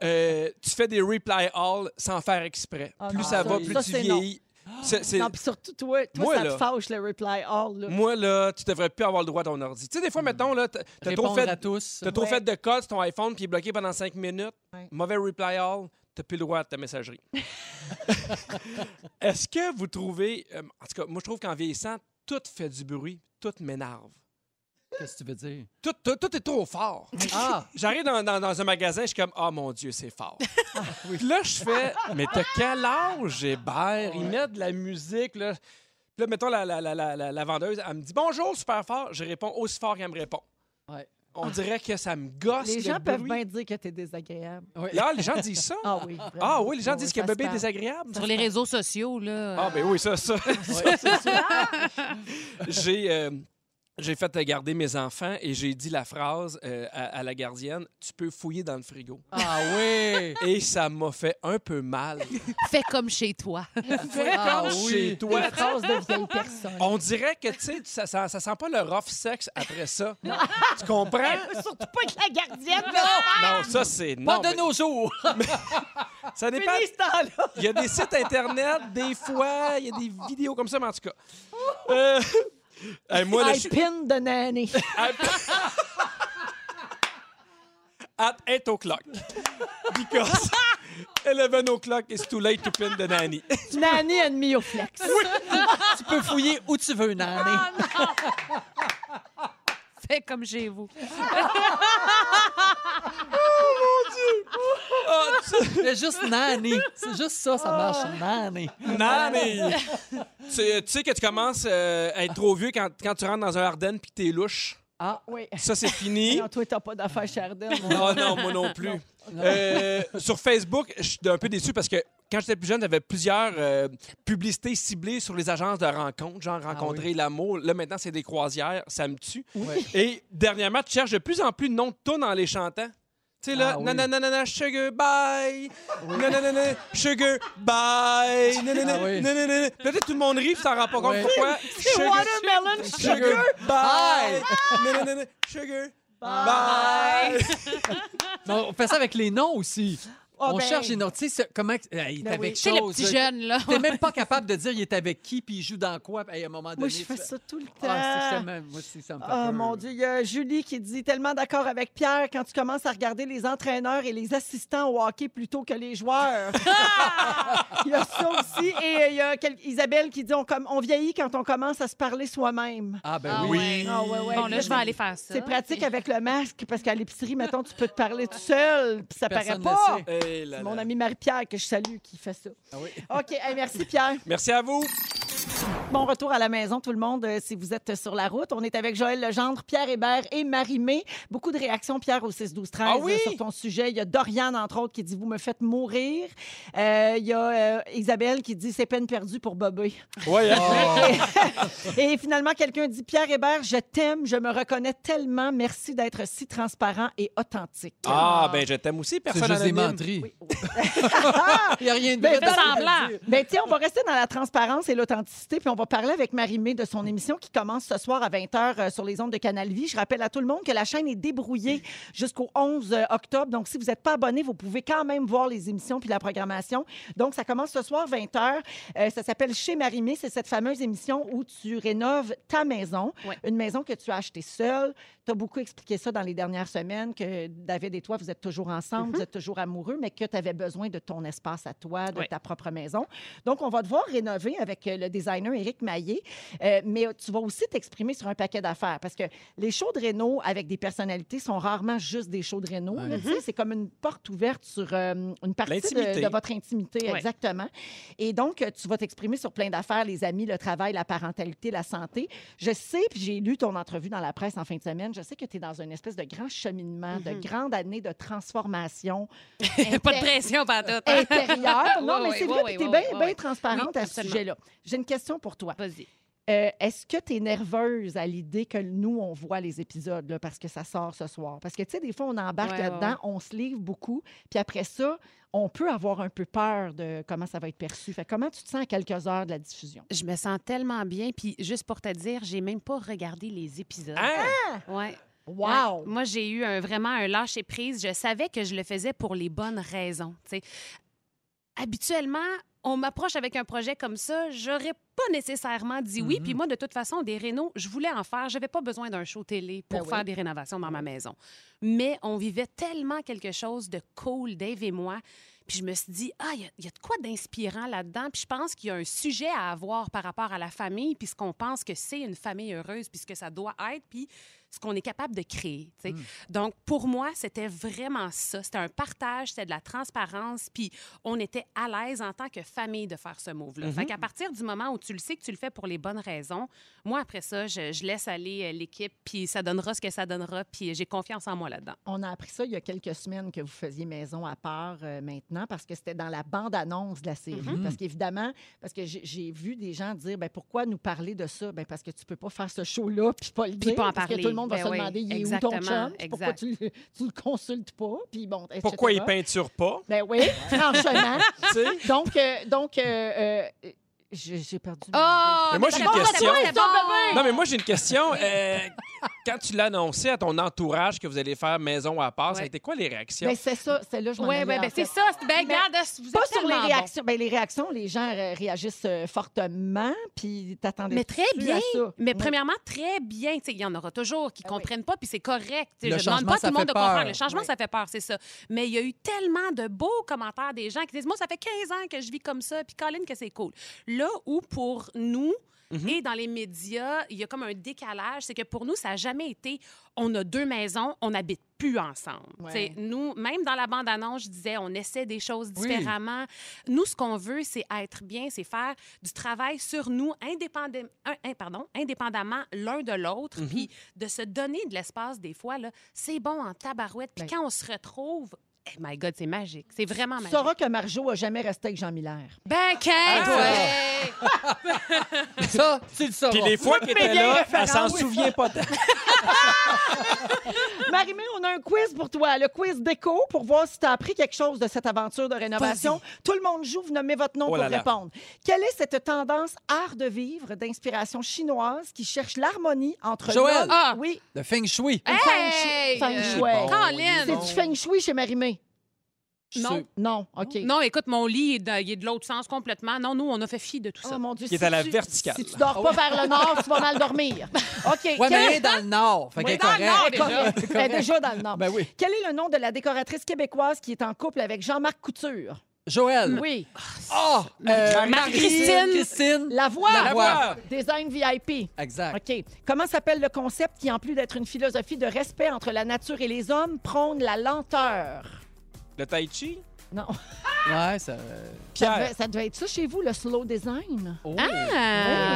Speaker 5: Euh, tu fais des reply all sans faire exprès.
Speaker 1: Ah,
Speaker 5: plus
Speaker 1: non,
Speaker 5: ça
Speaker 3: ça,
Speaker 5: va, plus
Speaker 1: ça,
Speaker 5: tu
Speaker 1: c'est non.
Speaker 5: vieillis. C'est- c'est-
Speaker 1: Non, puis surtout, toi, toi
Speaker 5: Moi,
Speaker 1: ça
Speaker 5: là.
Speaker 1: te fâche, le reply all. là.
Speaker 5: Moi, là, tu devrais plus avoir le droit à ton ordi. Tu sais, des
Speaker 1: Hmm.
Speaker 5: fois, mettons, là, t'as t'as trop
Speaker 3: Répondre
Speaker 5: fait,
Speaker 3: à tous.
Speaker 5: t'as trop
Speaker 1: Ouais.
Speaker 5: fait de code sur ton iPhone puis il est bloqué pendant 5 minutes.
Speaker 1: Ouais.
Speaker 5: Mauvais reply all, t'as plus le droit à ta messagerie. Est-ce que vous trouvez... euh, en tout cas, moi, je trouve qu'en vieillissant, tout fait du bruit, tout m'énerve.
Speaker 3: Qu'est-ce que tu veux dire?
Speaker 5: Tout, tout, tout est trop fort.
Speaker 3: Ah!
Speaker 5: J'arrive dans, dans- dans un magasin, je suis comme, ah mon Dieu, c'est fort.
Speaker 1: Ah
Speaker 5: Puis là, je fais, mais t'as quel âge, Hébert? Ils mettent de la musique, là. Puis là, mettons, la, la, la, la, la- la vendeuse, elle me dit, bonjour, super fort. Je réponds aussi fort qu'elle me répond.
Speaker 3: Ouais.
Speaker 5: On dirait que ça me gosse.
Speaker 1: Ah. Les
Speaker 5: le
Speaker 1: gens peuvent
Speaker 5: bruit.
Speaker 1: bien dire que t'es désagréable.
Speaker 3: Oui.
Speaker 5: Là, les gens disent ça.
Speaker 1: Ah oui. vraiment.
Speaker 5: Ah oui, les gens disent que
Speaker 1: ça se
Speaker 5: bébé est
Speaker 1: parle.
Speaker 5: désagréable.
Speaker 4: Sur les réseaux sociaux, là.
Speaker 5: Ah, ben oui, ça, ça. ça, c'est sûr. j'ai, euh, j'ai fait garder mes enfants et j'ai dit la phrase euh, à- à la gardienne Tu peux fouiller dans le frigo.
Speaker 3: Ah oui!
Speaker 5: Et ça m'a fait un peu mal.
Speaker 4: Fais comme chez toi.
Speaker 3: Ah
Speaker 5: Chez
Speaker 3: oui!
Speaker 5: toi.
Speaker 1: Phrase de vieille personne.
Speaker 5: On dirait que, tu sais, ça, ça, ça sent pas le rough sexe après ça. tu comprends?
Speaker 1: Surtout pas avec la gardienne,
Speaker 5: Non, ça, c'est...
Speaker 3: Pas
Speaker 5: Non,
Speaker 3: de
Speaker 5: mais
Speaker 3: nos jours!
Speaker 5: Ça dépend.
Speaker 1: Fini ce temps-là.
Speaker 5: Il y a des sites Internet, des fois, il y a des vidéos comme ça, mais en tout cas... Euh, hey, moi, là, je
Speaker 1: I
Speaker 5: suis...
Speaker 1: pin de nanny.
Speaker 5: At 8 o'clock. Because 11 o'clock is too late to pin the nanny.
Speaker 1: nanny and me au flex.
Speaker 3: tu peux fouiller où tu veux, Nanny.
Speaker 5: Ah,
Speaker 4: Fais comme chez vous.
Speaker 5: Ah, tu-
Speaker 3: Mais juste Nanny. C'est juste ça, ça
Speaker 5: Ah.
Speaker 3: marche. Nanny.
Speaker 5: nanny! tu, tu sais que tu commences euh, à être trop vieux quand, quand tu rentres dans un Ardennes puis que t'es louche.
Speaker 3: Ah,
Speaker 1: Oui.
Speaker 5: Ça, c'est fini.
Speaker 1: Non, toi, t'as pas d'affaires chez Arden.
Speaker 5: Non, non, moi non plus.
Speaker 3: non.
Speaker 5: Euh, sur Facebook, je suis un peu déçu parce que quand j'étais plus jeune, j'avais plusieurs euh, publicités ciblées sur les agences de rencontres, genre rencontrer l'amour. Là, maintenant, c'est des croisières, ça me tue.
Speaker 3: Ah Oui.
Speaker 5: Et dernièrement, tu cherches de plus en plus de noms de tunes en les chantant. Tu sais, là,
Speaker 3: Ah oui.
Speaker 5: nananana, sugar, bye! Nananana, sugar, bye! Nananana,
Speaker 3: Ah oui.
Speaker 5: nananana. Puis là, tout le monde rit, puis ça rend pas compte
Speaker 3: Ouais.
Speaker 5: pourquoi. Sugar,
Speaker 1: Watermelon
Speaker 5: sugar, bye! Nananana, sugar, bye!
Speaker 3: Mais on fait ça avec les noms aussi.
Speaker 1: Ah,
Speaker 3: on
Speaker 1: ben,
Speaker 3: cherche les noms. Tu sais, ce- comment. euh, il est
Speaker 1: Ben
Speaker 3: avec
Speaker 1: oui.
Speaker 4: Tu sais, le
Speaker 3: chose.
Speaker 4: petit jeune, là.
Speaker 3: T'es même pas capable de dire il est avec qui, puis il joue dans quoi. Puis, hey, à un moment donné.
Speaker 1: Moi, je
Speaker 3: tu
Speaker 1: fais
Speaker 3: fais-
Speaker 1: ça tout le temps.
Speaker 3: Ah, c'est tellement- Moi aussi, ça me fait
Speaker 1: Oh
Speaker 3: peur.
Speaker 1: mon Dieu, il y a Julie qui dit tellement d'accord avec Pierre quand tu commences à regarder les entraîneurs et les assistants au hockey plutôt que les joueurs. il y a ça aussi. Et il y a quel- Isabelle qui dit on, com- on vieillit quand on commence à se parler soi-même.
Speaker 3: Ah, ben
Speaker 4: Ah
Speaker 3: oui.
Speaker 4: ouais.
Speaker 1: Ah ouais, ouais.
Speaker 4: Bon, là, je vais aller faire ça.
Speaker 1: C'est pratique avec le masque parce qu'à l'épicerie, mettons, tu peux te parler tout seul, puis ça
Speaker 3: Personne
Speaker 1: paraît
Speaker 3: ne
Speaker 1: pas.
Speaker 3: sait.
Speaker 5: Hey Eh là
Speaker 1: C'est Mon
Speaker 5: là.
Speaker 1: ami Marie-Pierre que je salue qui fait ça.
Speaker 3: Ah oui.
Speaker 1: OK, hey, merci Pierre.
Speaker 5: Merci à vous.
Speaker 1: Bon retour à la maison, tout le monde, euh, si vous êtes sur la route. On est avec Joël Legendre, Pierre Hébert et Marie-Mé. Beaucoup de réactions, Pierre, au 6-12-13
Speaker 5: Ah oui?
Speaker 1: euh, sur ton sujet. Il y a Doriane, entre autres, qui dit « Vous me faites mourir Euh, Il y a euh, Isabelle qui dit « C'est peine perdue pour Bobé
Speaker 5: Ouais, hein? ».
Speaker 1: Et finalement, quelqu'un dit « Pierre Hébert, je t'aime, je me reconnais tellement. Merci d'être si transparent et authentique.
Speaker 5: Ah, ben je t'aime aussi,
Speaker 3: C'est
Speaker 5: personne
Speaker 3: juste des
Speaker 5: anonyme.
Speaker 3: menteries.
Speaker 1: Ah!
Speaker 3: Il n'y a rien de
Speaker 1: Ben,
Speaker 3: vrai
Speaker 4: Fais
Speaker 3: dans-
Speaker 4: semblant.
Speaker 1: Ben, tiens, on va rester dans la transparence et l'authenticité, puis on va parler avec Marie-Mé de son émission qui commence ce soir à 20h sur les ondes de Canal Vie. Je rappelle à tout le monde que la chaîne est débrouillée jusqu'au 11 octobre. Donc, si vous n'êtes pas abonné, vous pouvez quand même voir les émissions puis la programmation. Donc, ça commence ce soir 20h. Euh, ça s'appelle Chez Marie-Mé. C'est cette fameuse émission où tu rénoves ta maison,
Speaker 4: Ouais.
Speaker 1: une maison que tu as achetée seule. Tu as beaucoup expliqué ça dans les dernières semaines, que David et toi, vous êtes toujours ensemble,
Speaker 4: Mm-hmm.
Speaker 1: vous êtes toujours amoureux, mais que tu avais besoin de ton espace à toi, de
Speaker 4: Ouais.
Speaker 1: ta propre maison. Donc, on va devoir rénover avec euh, le designer Éric Maillé, Euh, mais tu vas aussi t'exprimer sur un paquet d'affaires parce que les shows de réno avec des personnalités sont rarement juste des shows de réno. là, tu sais, C'est comme une porte ouverte sur euh, une partie de,
Speaker 5: L'intimité.
Speaker 1: de votre intimité,
Speaker 4: Ouais.
Speaker 1: exactement. Et donc, euh, tu vas t'exprimer sur plein d'affaires, les amis, le travail, la parentalité, la santé. Je sais, puis j'ai lu ton entrevue dans la presse en fin de semaine, je sais que tu es dans une espèce de grand cheminement,
Speaker 4: Mhm.
Speaker 1: de grande année de transformation.
Speaker 4: Pas de pression, hein? pas
Speaker 1: intérieure. Non,
Speaker 4: Ouais,
Speaker 1: mais
Speaker 4: ouais,
Speaker 1: c'est
Speaker 4: ouais,
Speaker 1: vrai,
Speaker 4: ouais,
Speaker 1: tu es
Speaker 4: ouais,
Speaker 1: bien
Speaker 4: ouais,
Speaker 1: bien
Speaker 4: ouais.
Speaker 1: transparente
Speaker 4: Oui,
Speaker 1: à ce
Speaker 4: absolument.
Speaker 1: sujet-là. J'ai une question pour toi.
Speaker 4: Vas-y.
Speaker 1: Euh, Est-ce que tu es nerveuse à l'idée que nous, on voit les épisodes là, parce que ça sort ce soir? Parce que, tu sais, des fois, on embarque
Speaker 4: Ouais,
Speaker 1: là-dedans,
Speaker 4: ouais, ouais.
Speaker 1: on se livre beaucoup, puis après ça, on peut avoir un peu peur de comment ça va être perçu. Fait que comment tu te sens à quelques heures de la diffusion?
Speaker 4: Je me sens tellement bien. Puis juste pour te dire, j'ai même pas regardé les épisodes.
Speaker 5: Hein?
Speaker 4: Ouais. Ouais.
Speaker 1: Wow!
Speaker 4: Moi, j'ai eu un, vraiment un lâcher-prise. Je savais que je le faisais pour les bonnes raisons. tu sais. Habituellement, on m'approche avec un projet comme ça, j'aurais pas nécessairement dit oui.
Speaker 1: Mm-hmm.
Speaker 3: Mhm.
Speaker 4: Puis moi, de toute façon, des rénaux, je voulais en faire. J'avais pas besoin d'un show télé pour
Speaker 1: Ben oui.
Speaker 4: faire des rénovations dans ma maison. Mais on vivait tellement quelque chose de cool, Dave et moi. Puis je me suis dit, ah, il y a- il y, a de quoi d'inspirant là-dedans. Puis je pense qu'il y a un sujet à avoir par rapport à la famille, puis ce qu'on pense que c'est une famille heureuse, puis ce que ça doit être, puis ce qu'on est capable de créer. tu sais.
Speaker 5: Mm.
Speaker 4: Donc, pour moi, c'était vraiment ça. C'était un partage, c'était de la transparence, puis on était à l'aise en tant que famille de faire ce move-là.
Speaker 5: Mm-hmm.
Speaker 4: Fait qu'à partir du moment où tu le sais que tu le fais pour les bonnes raisons, moi, après ça, je, je laisse aller euh, l'équipe, puis ça donnera ce que ça donnera, puis j'ai confiance en moi là-dedans.
Speaker 1: On a appris ça il y a quelques semaines que vous faisiez Maison à part euh, maintenant parce que c'était dans la bande-annonce de la série.
Speaker 4: Mhm.
Speaker 1: Parce qu'évidemment, parce que j'ai- j'ai vu des gens dire ben, pourquoi nous parler de ça? Ben, parce que tu peux pas faire ce show-là puis pas le
Speaker 4: Puis
Speaker 1: dire.
Speaker 4: pas en
Speaker 1: parce que
Speaker 4: parler.
Speaker 1: tout le monde va
Speaker 4: Ben
Speaker 1: se
Speaker 4: oui,
Speaker 1: demander il est où ton
Speaker 4: exactement,
Speaker 1: chum? Puis Pourquoi
Speaker 4: exact.
Speaker 1: tu, le- tu le consultes pas? Puis bon, etc.
Speaker 5: Pourquoi ils peinturent pas?
Speaker 1: Ben oui, franchement.
Speaker 5: tu sais?
Speaker 1: donc, euh, donc euh, euh, euh, j'ai j'ai perdu. mon-
Speaker 4: Oh!
Speaker 5: Mais moi, j'ai une question.
Speaker 4: bon.
Speaker 5: Non, mais moi, j'ai une question. Euh, quand tu l'as annoncé à ton entourage que vous allez faire maison à part, ça a
Speaker 4: Ouais.
Speaker 5: été quoi les réactions?
Speaker 1: Ben, c'est ça, c'est là je m'en
Speaker 4: Oui,
Speaker 1: allais,
Speaker 4: oui,
Speaker 1: en
Speaker 4: ben
Speaker 1: fait.
Speaker 4: c'est ça. c'est- Ben, regarde, vous êtes
Speaker 1: Pas sur les
Speaker 4: tellement bons.
Speaker 1: réactions. Ben, les réactions, les gens euh, réagissent euh, fortement, puis t'attendais
Speaker 4: Mais très
Speaker 1: plus
Speaker 4: bien.
Speaker 1: à ça.
Speaker 4: Mais
Speaker 1: Oui.
Speaker 4: premièrement, très bien. Tu sais, Il y en aura toujours qui
Speaker 1: Ah oui.
Speaker 4: comprennent pas, puis c'est correct. Tu sais,
Speaker 3: Le
Speaker 4: je demande
Speaker 3: changement,
Speaker 4: pas à tout
Speaker 3: ça
Speaker 4: le monde
Speaker 3: fait
Speaker 4: de comprendre.
Speaker 3: peur.
Speaker 4: Le changement,
Speaker 1: Oui.
Speaker 4: ça fait peur, c'est ça. Mais il y a eu tellement de beaux commentaires des gens qui disent Moi, ça fait 15 ans que je vis comme ça, puis Colin, que c'est cool. Là où pour nous,
Speaker 3: Mm-hmm.
Speaker 4: Et dans les médias, il y a comme un décalage. C'est que pour nous, ça n'a jamais été on a deux maisons, on n'habite plus ensemble.
Speaker 1: Ouais.
Speaker 4: Tu sais, Nous, même dans la bande-annonce, je disais on essaie des choses
Speaker 3: Oui.
Speaker 4: différemment. Nous, ce qu'on veut, c'est être bien, c'est faire du travail sur nous indépendam- un- un- pardon, indépendamment l'un de l'autre,
Speaker 1: Mm-hmm.
Speaker 4: puis de se donner de l'espace des fois, là, c'est bon en tabarouette. Puis
Speaker 1: Ben.
Speaker 4: quand on se retrouve, Eh my God, c'est magique. C'est vraiment
Speaker 1: Tu
Speaker 4: magique.
Speaker 1: sauras que Marjo a jamais resté avec Jean Miller.
Speaker 4: Ben, qu'est-ce
Speaker 1: Ah,
Speaker 4: que-
Speaker 3: Ça, tu le sauras.
Speaker 5: Puis les fois qu'elle était là, elle s'en souvient pas tant.
Speaker 1: Marimé, on a un quiz pour toi, le quiz déco, pour voir si tu as appris quelque chose de cette aventure de rénovation. Tout le monde joue, vous nommez votre nom
Speaker 5: Oh
Speaker 1: pour
Speaker 5: là là.
Speaker 1: répondre. Quelle est cette tendance art de vivre d'inspiration chinoise qui cherche l'harmonie entre
Speaker 3: Joël.
Speaker 1: l'homme-
Speaker 4: Ah.
Speaker 1: Oui,
Speaker 3: Le feng shui.
Speaker 1: le feng shui-
Speaker 4: Hey,
Speaker 1: feng
Speaker 4: euh,
Speaker 1: shui.
Speaker 4: Colin.
Speaker 1: C'est du feng shui chez Marimé.
Speaker 4: Non.
Speaker 1: Non, OK.
Speaker 4: Non, écoute, mon lit est de, il est de l'autre sens complètement. Non, nous, on a fait fi de tout
Speaker 1: Oh
Speaker 4: ça.
Speaker 1: mon Dieu,
Speaker 5: Qui est
Speaker 1: si
Speaker 5: à la
Speaker 1: tu-
Speaker 5: verticale. Ah
Speaker 1: Si tu dors pas vers le nord, tu vas mal dormir. OK.
Speaker 3: Ouais, mais
Speaker 1: quel-
Speaker 3: elle est dans le nord. Fait
Speaker 1: Oui,
Speaker 3: qu'elle est
Speaker 4: dans le
Speaker 3: correcte.
Speaker 4: nord,
Speaker 1: Elle est correcte.
Speaker 3: correcte.
Speaker 1: Elle est Ah, Eh, déjà dans le nord.
Speaker 3: Ben oui.
Speaker 1: Quel est le nom de la décoratrice québécoise qui est en couple avec Jean-Marc Couture?
Speaker 3: Joël.
Speaker 1: Oui.
Speaker 3: Ah! euh,
Speaker 4: Marie-Christine.
Speaker 3: Christine.
Speaker 1: La voix.
Speaker 3: La voix.
Speaker 1: Design VIP.
Speaker 3: Exact.
Speaker 1: OK. Comment s'appelle le concept qui, en plus d'être une philosophie de respect entre la nature et les hommes, prône la lenteur?
Speaker 5: Le tai chi?
Speaker 1: Non.
Speaker 3: Ouais, ça. euh,
Speaker 1: Ça
Speaker 5: Pierre.
Speaker 1: devait, ça devait être ça chez vous, le slow design?
Speaker 3: oh.
Speaker 4: Ah,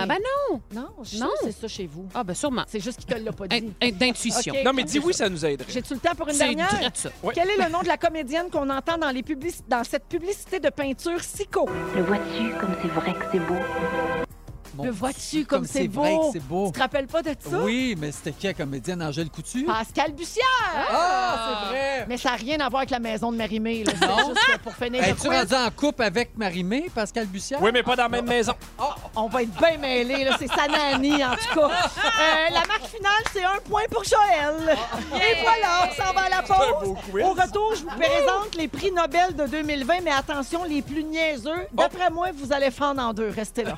Speaker 1: Oui.
Speaker 4: ben non.
Speaker 1: Non, je suis
Speaker 4: Non.
Speaker 1: sûre que c'est ça chez vous.
Speaker 4: Ah, ben sûrement.
Speaker 1: C'est juste qu'il te l'a pas
Speaker 4: In-
Speaker 1: dit.
Speaker 4: in- D'intuition.
Speaker 1: OK.
Speaker 5: Non, mais dis oui, ça nous aiderait.
Speaker 1: J'ai-tu le temps pour une
Speaker 4: C'est
Speaker 1: dernière? Oh,
Speaker 4: direct ça.
Speaker 5: Ouais.
Speaker 1: Quel est le nom de la comédienne qu'on entend dans, les publici- dans cette publicité de peinture Sico?
Speaker 10: Le vois-tu comme c'est vrai que c'est beau?
Speaker 3: Mon
Speaker 1: Le
Speaker 3: Dieu,
Speaker 1: vois-tu comme c'est beau?
Speaker 3: vrai que c'est beau.
Speaker 1: Tu te rappelles pas de ça?
Speaker 3: Oui, mais c'était qui la comédienne Angèle Couture?
Speaker 1: Pascal Bussière!
Speaker 3: Ah, c'est vrai!
Speaker 1: Mais ça n'a rien à voir avec la maison de Marimé. là. C'est juste que pour finir le
Speaker 3: Es-tu
Speaker 1: quiz,
Speaker 3: rendu en couple avec Marie-Mé, Pascal Bussière?
Speaker 5: Oui, mais pas dans la même maison.
Speaker 1: on va être bien mêlés. là. C'est Sanani, en tout cas. Euh, la marque finale, c'est un point pour Joël.
Speaker 3: Ah,
Speaker 1: Et voilà, on s'en va à la pause.
Speaker 5: quiz.
Speaker 1: Au retour, je vous présente les prix Nobel de 2020, mais attention, les plus niaiseux.
Speaker 3: Oh!
Speaker 1: D'après moi, vous allez fendre en deux. Restez là.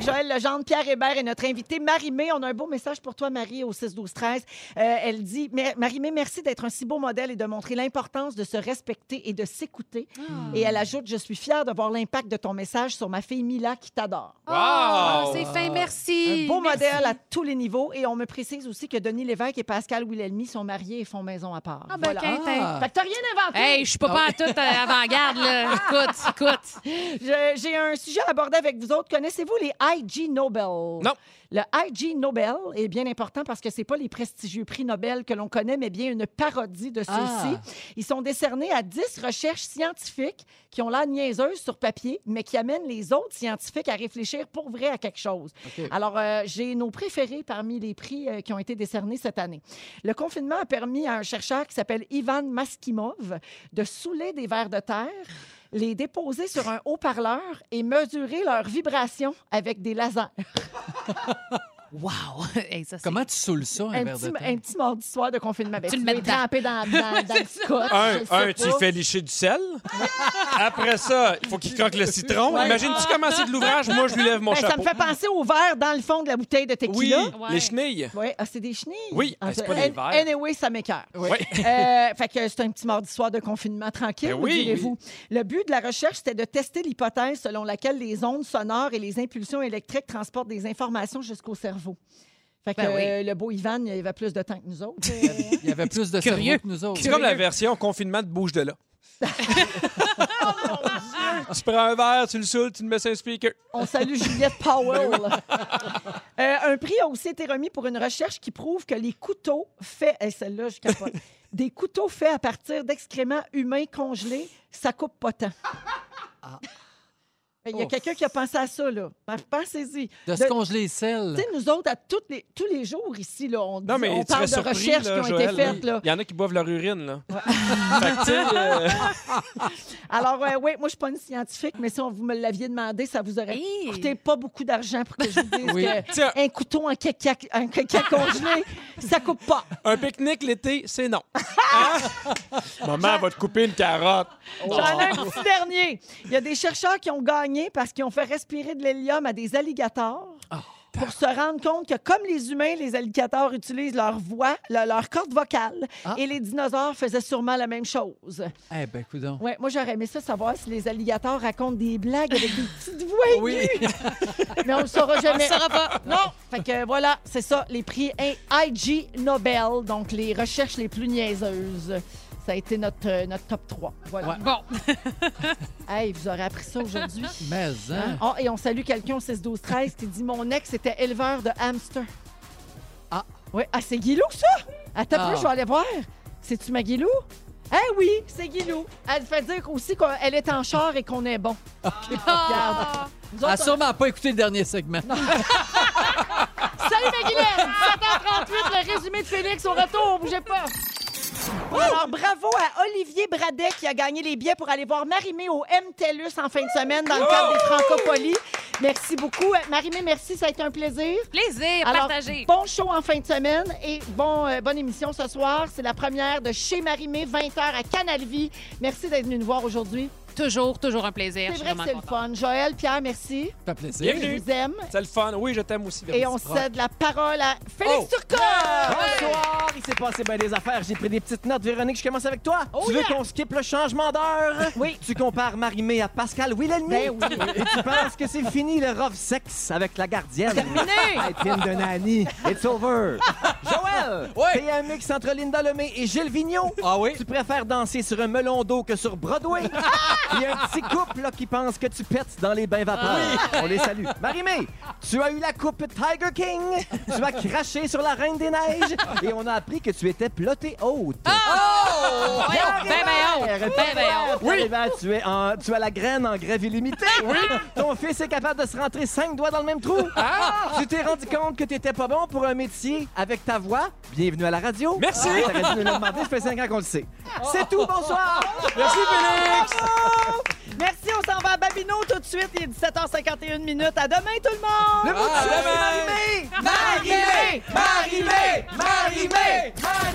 Speaker 1: Joël Legendre, Pierre Hébert et notre invité Marie-Mé. On a un beau message pour toi, Marie, au 6-12-13. Euh, elle dit Mer- Marie-Mé, merci d'être un si beau modèle et de montrer l'importance de se respecter et de s'écouter.
Speaker 4: Ah.
Speaker 1: Et elle ajoute Je suis fière de voir l'impact de ton message sur ma fille Mila qui t'adore.
Speaker 4: Ah,
Speaker 5: Wow!
Speaker 4: c'est fin, merci.
Speaker 1: euh, Un beau
Speaker 4: Merci.
Speaker 1: modèle à tous les niveaux. Et on me précise aussi que Denis Lévesque et Pascal Wilhelmy sont mariés et font maison à part.
Speaker 4: Ah, ben,
Speaker 1: Voilà.
Speaker 4: quintin.
Speaker 1: Fait que t'as rien inventé.
Speaker 4: Hey, je suis pas
Speaker 1: Ah.
Speaker 4: pas en tout avant-garde, là. Écoute, écoute.
Speaker 1: Je- J'ai un sujet à aborder avec vous autres. Connaissez-vous les IG Nobel? Non. Le IG Nobel est bien important parce que c'est pas les prestigieux prix Nobel que l'on connaît, mais bien une parodie de ceux-ci.
Speaker 3: Ah.
Speaker 1: Ils sont décernés à 10 recherches scientifiques qui ont l'air niaiseuses sur papier, mais qui amènent les autres scientifiques à réfléchir pour vrai à quelque chose.
Speaker 3: OK.
Speaker 1: Alors, euh, j'ai nos préférés parmi les prix euh, qui ont été décernés cette année. Le confinement a permis à un chercheur qui s'appelle Ivan Maskimov de souler des vers de terre, les déposer sur un haut-parleur et mesurer leurs vibrations avec des lasers.
Speaker 4: Wow. Hey, ça, c'est-
Speaker 3: Comment tu saules ça, un,
Speaker 1: Un
Speaker 3: verre
Speaker 1: petit,
Speaker 3: de
Speaker 1: un
Speaker 3: terre?
Speaker 1: petit mardi soir de confinement. Ben,
Speaker 4: Tu le
Speaker 1: dois
Speaker 4: mets
Speaker 1: y
Speaker 4: dedans.
Speaker 1: tremper dans, dans, dans le scotch,
Speaker 5: Un,
Speaker 1: je sais
Speaker 5: un, tu
Speaker 1: pas.
Speaker 5: lui fais licher du sel. Après ça, il faut qu'il croque le citron. Imagine-tu comment c'est de l'ouvrage? Moi, je lui lève mon
Speaker 1: Ah. Ben, ça
Speaker 5: chapeau.
Speaker 1: me fait penser au verre dans le fond de la bouteille de
Speaker 5: Oui,
Speaker 1: tequila.
Speaker 4: Ouais.
Speaker 5: les chenilles.
Speaker 1: Oui, ah, c'est des chenilles.
Speaker 5: Oui,
Speaker 1: En
Speaker 5: c'est
Speaker 1: tout-
Speaker 5: pas des
Speaker 1: an-
Speaker 5: verres.
Speaker 1: Anyway, ça m'écœure.
Speaker 5: Oui.
Speaker 1: Euh, fait que c'est un petit mardi soir de confinement tranquille,
Speaker 5: Ben
Speaker 1: me
Speaker 5: oui.
Speaker 1: direz-vous. Le but de la recherche, c'était de tester l'hypothèse selon laquelle les ondes sonores et les impulsions électriques transportent des informations jusqu'au cerveau. Fait que
Speaker 4: Ben oui.
Speaker 1: euh, le beau Ivan, il avait plus de temps que nous autres.
Speaker 3: Il y avait plus de
Speaker 4: Curieux.
Speaker 3: cerveau que nous autres.
Speaker 5: C'est comme la version confinement de bouge de là. tu prends un verre, tu le saoules, tu le mets sur un speaker.
Speaker 1: On salue Juliette Powell.
Speaker 5: Ben
Speaker 1: Euh, un prix a aussi été remis pour une recherche qui prouve que les couteaux faits, eh, celle-là, je capote. des couteaux faits à partir d'excréments humains congelés, ça coupe pas tant.
Speaker 5: Ah.
Speaker 1: Ben, Il y a
Speaker 3: Ouf.
Speaker 1: quelqu'un qui a pensé à ça, là. Ben, Pensez-y.
Speaker 3: De se congeler les selles.
Speaker 1: Tu sais, nous autres, à toutes les, tous les jours ici, là, on,
Speaker 5: Non,
Speaker 1: dit-
Speaker 5: mais
Speaker 1: on
Speaker 5: tu
Speaker 1: parle de
Speaker 5: serais surpris,
Speaker 1: recherches
Speaker 5: là,
Speaker 1: qui ont
Speaker 5: Joël,
Speaker 1: été faites. Là.
Speaker 5: Il y en a qui boivent leur urine, là. Fait que, tu sais, euh,
Speaker 1: Alors, euh, oui, moi, je suis pas une scientifique, mais si on vous me l'aviez demandé, ça vous aurait
Speaker 4: Hey.
Speaker 1: coûté pas beaucoup d'argent pour que je vous dise
Speaker 3: Oui.
Speaker 1: que
Speaker 5: Tiens.
Speaker 1: un couteau en caca, un caca congelé, ça coupe pas.
Speaker 5: un pique-nique l'été, c'est non. Hein? Maman va te couper une carotte.
Speaker 1: J'en ai un petit dernier. Il y a des chercheurs qui ont gagné parce qu'ils ont fait respirer de l'hélium à des alligators.
Speaker 3: Ah.
Speaker 1: Pour se rendre compte que, comme les humains, les alligators utilisent leur voix, le- leur corde vocale,
Speaker 3: Ah.
Speaker 1: et les dinosaures faisaient sûrement la même chose.
Speaker 3: Eh ben, coudon.
Speaker 1: Ouais, moi, j'aurais aimé ça savoir si les alligators racontent des blagues avec des petites voix.
Speaker 3: Oui.
Speaker 1: Mais on le saura jamais.
Speaker 4: Ça sera pas.
Speaker 1: Non! Fait que voilà, c'est ça, les prix hein, IG Nobel, donc les recherches les plus niaiseuses. Ça a été notre, euh, notre top 3. Voilà.
Speaker 4: Bon.
Speaker 1: Hey, vous aurez appris ça aujourd'hui.
Speaker 3: Mais, hein?
Speaker 1: Ah, et on salue quelqu'un au 6-12-13 qui dit Mon ex était éleveur de hamster.
Speaker 3: Ah.
Speaker 1: Oui, ah, c'est Guilou, ça Attends, un
Speaker 3: Ah.
Speaker 1: peu, je vais aller voir. C'est-tu ma Guilou Eh oui, c'est Guilou. Elle fait dire aussi qu'elle est en char et qu'on est bon. Regarde. Nous
Speaker 3: Elle a
Speaker 1: autres,
Speaker 3: sûrement pas écouté le dernier segment.
Speaker 1: on- Salut Maguilaine! 7h38, le résumé de Félix. On retourne, bougez pas. Alors, bravo à Olivier Bradet qui a gagné les billets pour aller voir Marimé au MTELUS en fin de semaine dans le cadre des Francopolies. Merci beaucoup. Euh, Marimé, merci, ça a été un plaisir.
Speaker 4: Plaisir,
Speaker 1: Alors,
Speaker 4: partagé.
Speaker 1: bon show en fin de semaine et bon, euh, bonne émission ce soir. C'est la première de chez Marimé, 20h à Canal Vie. Merci d'être venu nous voir aujourd'hui.
Speaker 4: Toujours, toujours un plaisir.
Speaker 1: C'est
Speaker 4: Je suis
Speaker 1: vrai que
Speaker 4: vraiment
Speaker 1: c'est le
Speaker 4: contente.
Speaker 1: fun. Joël, Pierre, merci.
Speaker 3: Ça fait plaisir.
Speaker 1: Je
Speaker 5: Bienvenue.
Speaker 1: vous aime.
Speaker 5: C'est le fun. Oui, je t'aime aussi.
Speaker 1: Et on
Speaker 5: Véronique.
Speaker 1: cède la parole à Félix
Speaker 5: Oh!
Speaker 1: Turcotte.
Speaker 2: Bonsoir, il s'est passé bien des affaires. J'ai pris des petites notes. Véronique, je commence avec toi. tu veux qu'on skip le changement d'heure?
Speaker 1: Oh, Oui.
Speaker 2: Tu compares Marimé à Pascal Wilhelmy.
Speaker 1: Ben oui.
Speaker 2: Et tu penses que c'est fini le rough sex avec la gardienne.
Speaker 1: Terminé.
Speaker 2: Elle vient de Nani. It's over. Joël,
Speaker 3: Ouais.
Speaker 2: PMX entre Linda Lemay et Gilles Vigneault.
Speaker 3: Ah oui?
Speaker 2: Tu préfères danser sur un melon d'eau que sur Broadway. Il y a un petit couple là, qui pense que tu pètes dans les bains vapeurs. On les salue. Marie-Mé, tu as eu la coupe Tiger King. Tu as craché sur la Reine des Neiges. Et on a appris que tu étais plotée haute.
Speaker 3: Ah,
Speaker 4: Oh! Voyons, ben, ben,
Speaker 2: Pierre,
Speaker 4: oh! Ben, ben, oh!
Speaker 2: Pierre Hébert, tu, es en- tu as la graine en grève illimitée. Ton fils est capable de se rentrer cinq doigts dans le même trou.
Speaker 5: Ah!
Speaker 2: Tu t'es rendu compte que t'étais pas bon pour un métier avec ta voix. Bienvenue à la radio. Ah,
Speaker 5: Merci.
Speaker 2: T'aurais dû nous le demander, ça fait cinq ans qu'on le sait. C'est tout, bonsoir.
Speaker 5: Merci, Félix.
Speaker 1: Merci, on s'en va à Babino tout de suite. Il est 17h51 minutes. À demain, tout le monde! Ah,
Speaker 2: Le bout de
Speaker 5: À
Speaker 2: chou,
Speaker 5: demain.
Speaker 2: Marie-Mé. Marie-Mé. Marie-Mé. Marie-Mé.